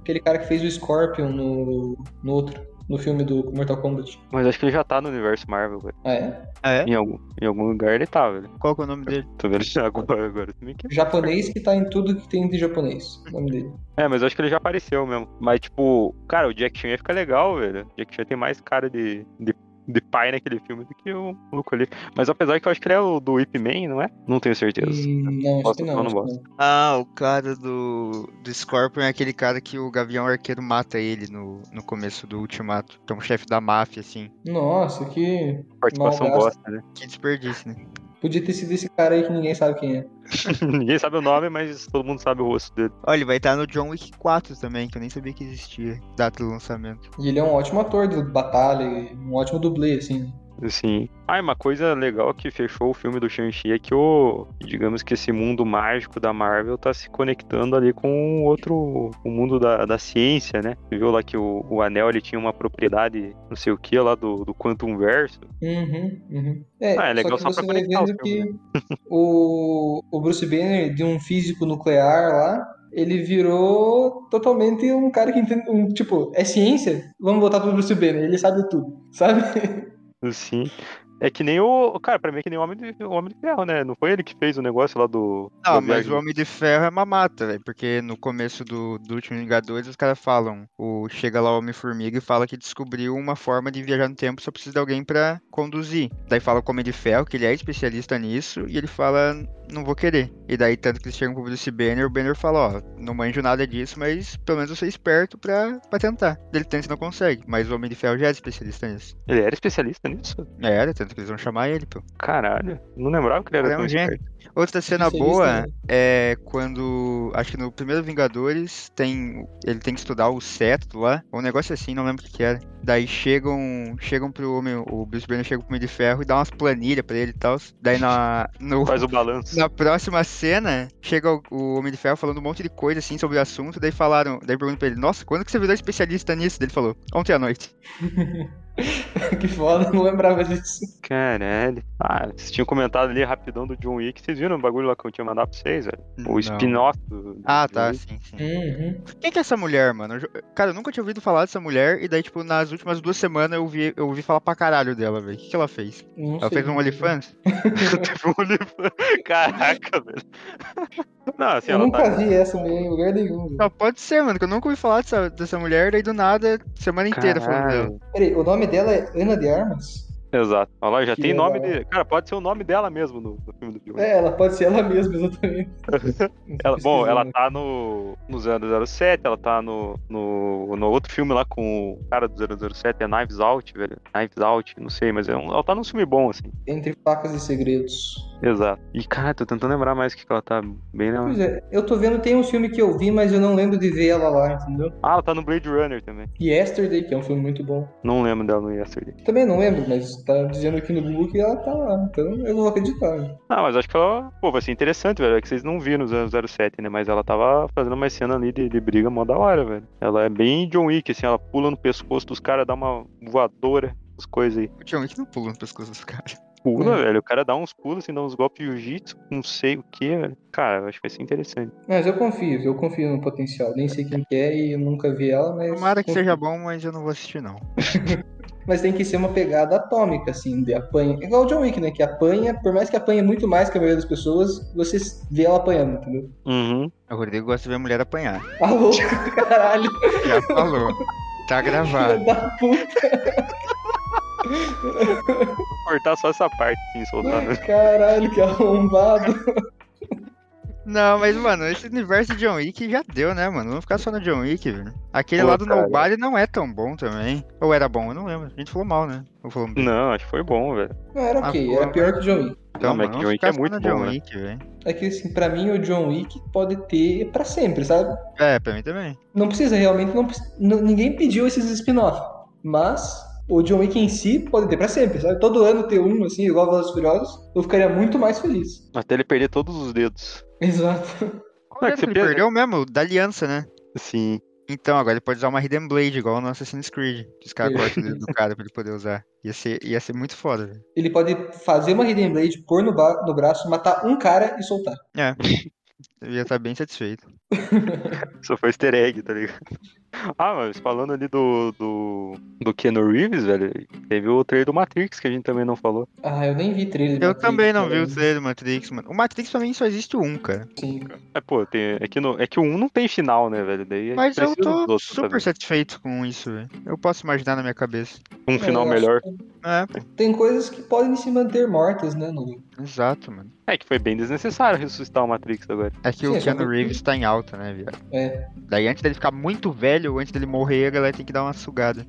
Speaker 2: Aquele cara que fez o Scorpion no, no outro, no filme do Mortal Kombat.
Speaker 1: Mas acho que ele já tá no universo Marvel, velho.
Speaker 2: Ah, é?
Speaker 3: Ah, é?
Speaker 1: Em algum, em algum lugar ele tá, velho.
Speaker 3: Qual que é o nome dele?
Speaker 1: Tô vendo já agora, agora. Se bem que-
Speaker 2: Japonês que tá em tudo que tem de japonês. O nome dele.
Speaker 1: É, mas eu acho que ele já apareceu mesmo. Mas, tipo, cara, o Jack Chan ia ficar legal, velho. O Jack Chan tem mais cara de, de, de pai naquele filme do que o maluco ali. Mas apesar que eu acho que ele é o do Ip Man, não é? Não tenho certeza.
Speaker 2: Hum, não, acho
Speaker 1: Bosta,
Speaker 2: que não.
Speaker 1: eu não
Speaker 2: acho que
Speaker 1: gosto.
Speaker 3: Ah, o cara do, do Scorpion é aquele cara que o Gavião Arqueiro mata ele no, no começo do Ultimato. Que é um chefe da máfia, assim.
Speaker 2: não. Nossa, que.
Speaker 1: Participação
Speaker 2: Mal gasto.
Speaker 1: bosta, né? (laughs)
Speaker 3: Que desperdício, né?
Speaker 2: Podia ter sido esse cara aí que ninguém sabe quem é.
Speaker 1: Ninguém sabe o nome, mas todo mundo sabe o rosto dele.
Speaker 3: Olha, ele vai estar no John Wick 4 também, que eu nem sabia que existia. Data do lançamento.
Speaker 2: E ele é um ótimo ator de batalha, e um ótimo dublê, assim.
Speaker 1: Sim. Ah, e uma coisa legal que fechou o filme do Shang-Chi é que o, digamos que esse mundo mágico da Marvel tá se conectando ali com o outro, o mundo da, da ciência, né? Você viu lá que o, o anel ele tinha uma propriedade, não sei o que, lá do, do Quantum Verso.
Speaker 2: Uhum, uhum. É,
Speaker 1: Ah, é legal só
Speaker 2: só que você
Speaker 1: pra
Speaker 2: vai
Speaker 1: conectar o
Speaker 2: vendo que
Speaker 1: filme,
Speaker 2: o, o Bruce Banner, de um físico nuclear lá, ele virou totalmente um cara que entende. Um, tipo, é ciência? Vamos voltar pro Bruce Banner, ele sabe tudo, sabe?
Speaker 1: Sim. É que nem o. Cara, pra mim é que nem o Homem de, o Homem de Ferro, né? Não foi ele que fez o negócio lá do.
Speaker 3: Não,
Speaker 1: da
Speaker 3: Ah, mas
Speaker 1: viagem
Speaker 3: o Homem de Ferro é uma mata, velho. Porque no começo do, do último Vingadores, os caras falam. O, chega lá o Homem-Formiga e fala que descobriu uma forma de viajar no tempo, só precisa de alguém pra conduzir. Daí fala com o Homem de Ferro, que ele é especialista nisso, e ele fala, não vou querer. E daí, tanto que eles chegam pro Bruce Banner, o Banner fala, ó, não manjo nada disso, mas pelo menos eu sou esperto pra, pra tentar. Daí Ele tenta e não consegue, mas o Homem de Ferro já era especialista nisso.
Speaker 1: Ele era especialista nisso?
Speaker 3: Era, tanto que eles vão chamar ele, pô.
Speaker 1: Caralho. Não lembrava que ele era
Speaker 3: Ele é um
Speaker 1: tão
Speaker 3: gênio.
Speaker 1: esperto.
Speaker 2: (laughs)
Speaker 3: Outra cena
Speaker 2: Especialista,
Speaker 3: boa
Speaker 2: né?
Speaker 3: é quando. Acho que no primeiro Vingadores tem. Ele tem que estudar o cetro lá. Um negócio assim, não lembro o que, que era. Daí chegam. Chegam pro homem. O Bruce Banner chega pro homem de ferro e dá umas planilhas pra ele e tal. Daí na. No,
Speaker 1: Faz o balanço.
Speaker 3: (laughs) na próxima cena, chega o, o Homem de Ferro falando um monte de coisa assim sobre o assunto. Daí falaram. Daí perguntam pra ele, nossa, quando que você virou especialista nisso? Daí ele falou, ontem à noite.
Speaker 2: que foda, não lembrava disso.
Speaker 1: Caralho. Ah, vocês tinham comentado ali rapidão do John Wick. Vocês viram o bagulho lá que eu tinha mandado pra vocês, velho?
Speaker 3: Não.
Speaker 1: O spin-off do. do
Speaker 3: Ah,
Speaker 1: John
Speaker 3: tá,
Speaker 1: Wick. (laughs)
Speaker 3: sim, sim.
Speaker 2: Uhum.
Speaker 3: Quem que é essa mulher, mano? Eu ju- Cara, eu nunca tinha ouvido falar dessa mulher, e daí, tipo, nas últimas duas semanas eu ouvi, eu ouvi falar pra caralho dela, velho. O que, que ela fez?
Speaker 2: Não
Speaker 3: Ela
Speaker 2: sei.
Speaker 3: fez um OnlyFans?
Speaker 1: Teve um OnlyFans. Caraca, velho. Não, assim,
Speaker 2: Eu
Speaker 1: ela
Speaker 2: nunca
Speaker 1: tá.
Speaker 2: vi essa mulher em lugar nenhum. velho.
Speaker 3: Só pode ser, mano, que eu nunca ouvi falar dessa, dessa mulher, daí do nada, semana inteira falando dela.
Speaker 1: Caralho.
Speaker 2: Peraí, o nome dela é Ana de Armas?
Speaker 1: tá. Exato. Olha lá, já
Speaker 2: Que
Speaker 1: tem
Speaker 2: legal.
Speaker 1: nome de. Cara, pode ser o nome dela mesmo no, no filme do John Wick.
Speaker 2: É, ela pode ser ela mesma, (laughs) exatamente.
Speaker 1: (laughs) Ela- bom, ela
Speaker 2: Pesquisando.
Speaker 1: tá no, no 007, ela tá no, no, no outro filme lá com o cara do 007, é Knives Out, velho. Knives Out, não sei, mas é um- ela tá num filme bom, assim.
Speaker 2: Entre facas e segredos.
Speaker 1: Exato. E, cara, tô tentando lembrar mais o que que ela tá bem, né?
Speaker 2: Pois é, eu tô vendo, tem um filme que eu vi, mas eu não lembro de ver ela lá, entendeu?
Speaker 1: Ah, ela tá no Blade Runner também.
Speaker 2: Yesterday, que é um filme muito bom.
Speaker 1: Não lembro dela no Yesterday.
Speaker 2: Também não lembro, mas tá dizendo aqui no Google que ela tá lá, então eu vou acreditar.
Speaker 1: Ah, mas acho que ela. Pô, vai ser interessante, velho. É que vocês não viram o 007, né? Mas ela tava fazendo uma cena ali de, de briga mó da hora, velho. Ela é bem John Wick, assim, ela pula no pescoço dos caras, dá uma voadora, as coisas aí.
Speaker 3: O John Wick não pula um no pescoço dos caras.
Speaker 1: Pula,
Speaker 2: É.
Speaker 1: velho. O cara dá uns pulos, assim, dá uns golpes de jiu-jitsu, não sei o que, velho. Cara, eu acho que vai ser interessante.
Speaker 2: Mas eu confio, eu confio no potencial. Nem sei quem que é e eu nunca vi ela, mas.
Speaker 3: Tomara que
Speaker 2: confio.
Speaker 3: seja bom, mas eu não vou assistir, não.
Speaker 2: Mas tem que ser uma pegada atômica, assim, de apanha. Igual o John Wick, né? Que apanha, por mais que apanhe muito mais que a maioria das pessoas, você vê ela apanhando, entendeu?
Speaker 1: Uhum.
Speaker 3: O Rodrigo gosta de ver mulher apanhar.
Speaker 2: Ah, louco, (laughs) caralho,
Speaker 3: Já
Speaker 2: (laughs)
Speaker 3: falou. Tá
Speaker 2: filha
Speaker 3: gravado.
Speaker 2: da puta,
Speaker 1: Vou cortar só essa parte, assim, soltar. (laughs) né?
Speaker 2: caralho, que arrombado.
Speaker 3: Não, mas, mano, esse universo de John Wick já deu, né, mano? Vamos ficar só no John Wick, velho. Aquele
Speaker 1: Pô,
Speaker 3: lá do
Speaker 1: cara.
Speaker 3: Nobody não é tão bom também. Ou era bom, eu não lembro. A gente falou mal, né? Ou falou bem.
Speaker 1: Não, acho que foi bom, velho.
Speaker 2: Não, era
Speaker 3: Ah,
Speaker 2: ok,
Speaker 3: boa,
Speaker 2: era pior que o John Wick.
Speaker 3: Então,
Speaker 1: Não, mas que
Speaker 3: mano, vamos
Speaker 1: John Wick
Speaker 3: ficar
Speaker 1: é
Speaker 3: só
Speaker 1: muito
Speaker 3: no
Speaker 1: bom,
Speaker 3: John
Speaker 1: né?
Speaker 3: Wick, velho.
Speaker 2: É que, assim, pra mim o John Wick pode ter pra sempre, sabe?
Speaker 3: É, pra mim também.
Speaker 2: Não precisa, realmente, não precisa- n- ninguém pediu esses spin-off. Mas o John Wick em si pode ter pra sempre, sabe? Todo ano ter um, assim, igual Velozes e Furiosos, eu ficaria muito mais feliz. (laughs)
Speaker 1: Até ele perder todos os dedos.
Speaker 2: Exato.
Speaker 3: Qual
Speaker 1: Não,
Speaker 3: é
Speaker 1: é que
Speaker 3: que você
Speaker 1: você perde-
Speaker 3: perdeu mesmo? O Da aliança, né?
Speaker 1: Sim.
Speaker 3: Então, agora ele pode usar uma Hidden Blade, igual no Assassin's Creed. Que os caras cortam o (laughs) dedo do cara pra ele poder usar. Ia ser, ia ser muito foda, velho.
Speaker 2: Ele pode fazer uma Hidden Blade, pôr no, ba- no braço, matar um cara e soltar.
Speaker 3: Eu ia estar bem satisfeito.
Speaker 1: Só foi easter egg, tá ligado? Ah, mas falando ali do, do, do Keanu Reeves, velho, teve o trailer do Matrix que a gente também não falou.
Speaker 2: Ah, eu nem vi trailer. de
Speaker 3: Eu
Speaker 2: Matrix,
Speaker 3: também não vi
Speaker 2: cara.
Speaker 3: o trailer do Matrix, mano. O Matrix pra mim só existe um, cara.
Speaker 2: Sim.
Speaker 1: É, pô, tem, é, que no, é que o 1 não tem final, né, velho? Daí
Speaker 3: Mas eu
Speaker 1: precisa dos
Speaker 3: tô
Speaker 1: outros,
Speaker 3: super
Speaker 1: sabe?
Speaker 3: satisfeito com isso, velho. Eu posso imaginar na minha cabeça.
Speaker 1: Um
Speaker 2: É,
Speaker 1: final
Speaker 2: eu acho
Speaker 1: melhor.
Speaker 2: que
Speaker 3: É, pô,
Speaker 2: Tem coisas que podem se manter mortas, né, no...
Speaker 3: exato, mano.
Speaker 1: É que foi bem desnecessário ressuscitar o Matrix agora.
Speaker 3: É que
Speaker 2: Sim,
Speaker 3: o
Speaker 2: é
Speaker 3: Keanu
Speaker 2: só-
Speaker 3: Reeves tá em alta, né, viado?
Speaker 2: É.
Speaker 3: Daí antes dele ficar muito velho, ou antes dele morrer, a galera tem que dar uma sugada.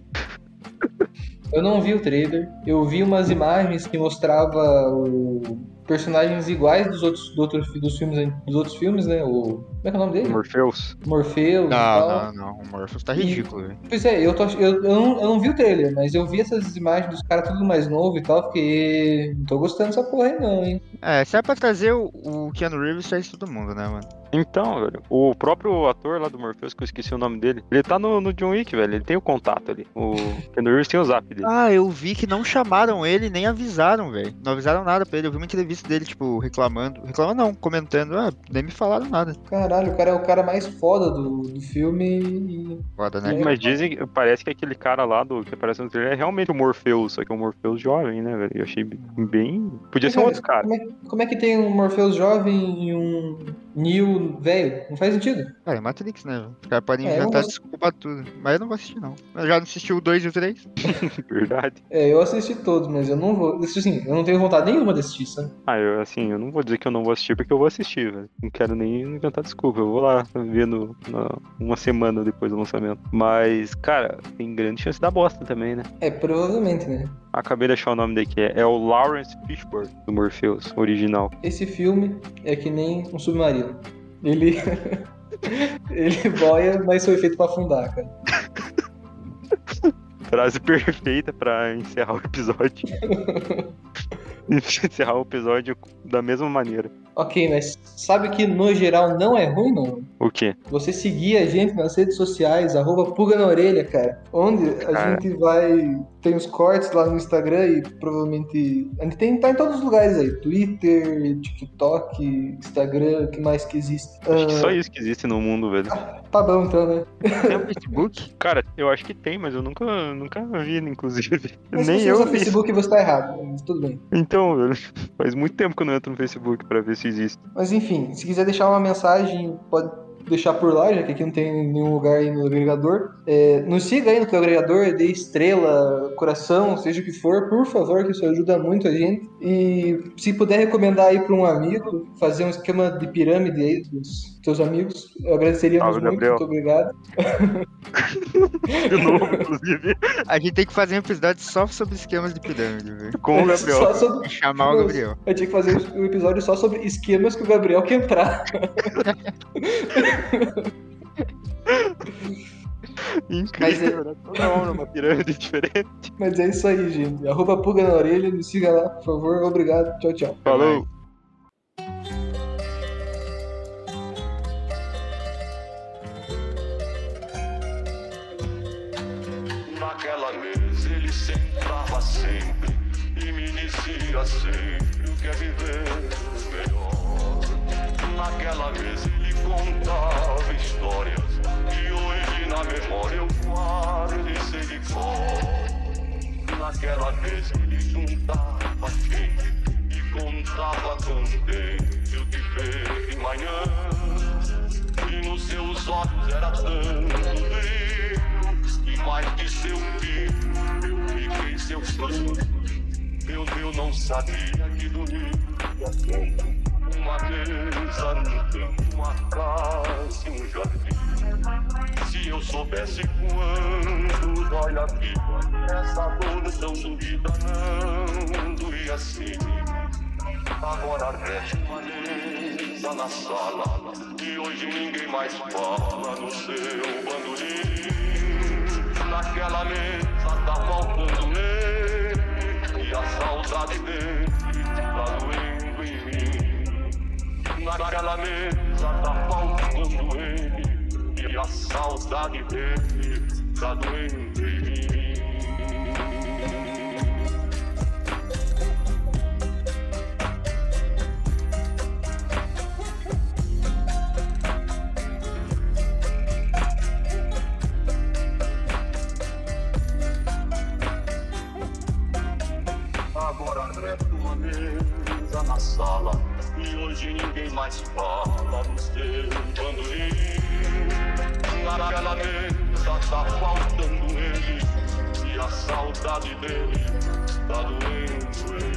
Speaker 2: Eu não vi o trailer. Eu vi umas imagens que mostrava o... personagens iguais dos outros, do outro, dos, filmes, an- dos outros filmes, né? O... Como é que é o nome dele?
Speaker 1: Morpheus.
Speaker 2: Morpheus e tal.
Speaker 3: Ah, Não, não, não. O Morpheus tá
Speaker 2: E-
Speaker 3: ridículo, velho.
Speaker 2: Pois é, eu, tô ach- eu, eu, não, eu não vi o trailer, mas eu vi essas imagens dos caras tudo mais novo e tal, porque não tô gostando dessa porra aí não, hein?
Speaker 3: É, se é pra trazer o, o Keanu Reeves, traz todo mundo, né, mano?
Speaker 1: Então, velho, o próprio ator lá do Morpheus, que eu esqueci o nome dele, ele tá no, no John Wick, velho. Ele tem o contato ali. O Keanu Reeves tem o zap dele.
Speaker 3: Ah, eu vi que não chamaram ele, nem avisaram, velho. Não avisaram nada pra ele. Eu vi uma entrevista dele, tipo, reclamando. Reclamando não, comentando. Ah, nem me falaram nada.
Speaker 2: Caralho, o cara é o cara mais foda do, do filme e...
Speaker 3: Foda, né?
Speaker 2: É.
Speaker 1: Mas dizem que parece que aquele cara lá do que aparece no trailer é realmente o Morpheus, só que é um Morpheus jovem, né, velho? Eu achei bem. Podia ser um outro cara. (laughs)
Speaker 2: Como é, como é que tem um Morpheus jovem e um Neo velho? Não faz sentido.
Speaker 3: Cara, é Matrix, né? velho? Os caras podem
Speaker 2: É, eu
Speaker 3: inventar
Speaker 2: gosto.
Speaker 3: desculpa pra tudo. Mas eu não vou assistir, não. Eu já não assisti o 2 e o 3.
Speaker 1: Verdade.
Speaker 2: É, eu assisti todos, mas eu não vou. Assim, eu não tenho vontade nenhuma de assistir, sabe?
Speaker 1: Ah, eu assim, eu não vou dizer que eu não vou assistir porque eu vou assistir, velho. Não quero nem inventar desculpa. Eu vou lá ver no, na- uma semana depois do lançamento. Mas, cara, tem grande chance da bosta também, né?
Speaker 2: É, provavelmente, né?
Speaker 1: Acabei de achar o nome daqui. É, é o Lawrence Fishburne do Morpheus, original.
Speaker 2: Esse filme é que nem um submarino. Ele. (laughs) Ele boia, mas foi feito pra afundar, cara.
Speaker 1: Frase (laughs) perfeita pra encerrar o episódio. encerrar o episódio da mesma maneira.
Speaker 2: Ok, mas sabe que no geral não é ruim, não?
Speaker 1: O quê?
Speaker 2: Você seguir a gente nas redes sociais, arroba pulga na orelha, cara. Onde a
Speaker 1: Cara.
Speaker 2: gente vai. Tem os cortes lá no Instagram e provavelmente. A gente tem, tá em todos os lugares aí. Twitter, TikTok, Instagram, o que mais que existe.
Speaker 1: Acho que só
Speaker 2: Ah.
Speaker 1: isso que existe no mundo, velho. É,
Speaker 2: Tá bom então, né?
Speaker 3: Tem o Facebook?
Speaker 1: Cara, eu acho que tem, mas eu nunca, nunca vi, inclusive.
Speaker 2: Mas
Speaker 1: Nem
Speaker 2: se você
Speaker 1: eu
Speaker 2: usa
Speaker 1: vi.
Speaker 2: Facebook, você tá errado. Mas tudo bem.
Speaker 1: Então, velho, faz muito tempo que eu não entro no Facebook pra ver se existe.
Speaker 2: Mas enfim, se quiser deixar uma mensagem, pode deixar por lá, já que aqui não tem nenhum lugar aí no agregador. É, nos siga aí no teu agregador, dê estrela, coração, seja o que for, por favor, que isso ajuda muito a gente. E se puder recomendar aí para um amigo, fazer um esquema de pirâmide aí dos teus amigos, eu agradeceria
Speaker 1: Salve,
Speaker 2: muito,
Speaker 1: Gabriel.
Speaker 2: muito obrigado.
Speaker 1: De novo, inclusive,
Speaker 3: A gente tem que fazer um episódio só sobre esquemas de pirâmide, velho. Tipo,
Speaker 1: com o Gabriel.
Speaker 2: (laughs) Só sobre-
Speaker 3: E chamar o
Speaker 2: Nossa.
Speaker 3: Gabriel.
Speaker 2: eu tinha que fazer um episódio só sobre esquemas que o Gabriel quer entrar. (laughs)
Speaker 1: Incrível, né? Toda hora uma pirâmide (laughs) diferente.
Speaker 2: Mas é isso aí, gente. Arroba pulga na orelha, me siga lá, por favor. Obrigado. Tchau, tchau.
Speaker 1: Falou.
Speaker 4: Naquela mesa ele se entrava sempre e me dizia sempre o que é viver melhor. Naquela mesa ele contava histórias e hoje na memória eu quase sei de cor. Naquela mesa ele juntava gente e contava canteiro de ver de manhã. E nos seus olhos era tanto brilho E mais que seu filho Eu fiquei seu fã Meu Deus, não sabia que dormia tanto. Uma mesa num campo, uma casa e um jardim Se eu soubesse quanto dói a vida Essa dor tão doída não doía assim Agora veste uma mesa na sala E hoje ninguém mais fala no seu bandolim Naquela mesa tá faltando ele E a saudade dele tá doendo em mim Naquela mesa tá faltando ele E a saudade dele tá doendo em mim Agora reto uma mesa na sala E hoje ninguém mais fala no seu bandolim Naquela mesa tá faltando ele E a saudade dele tá doendo ele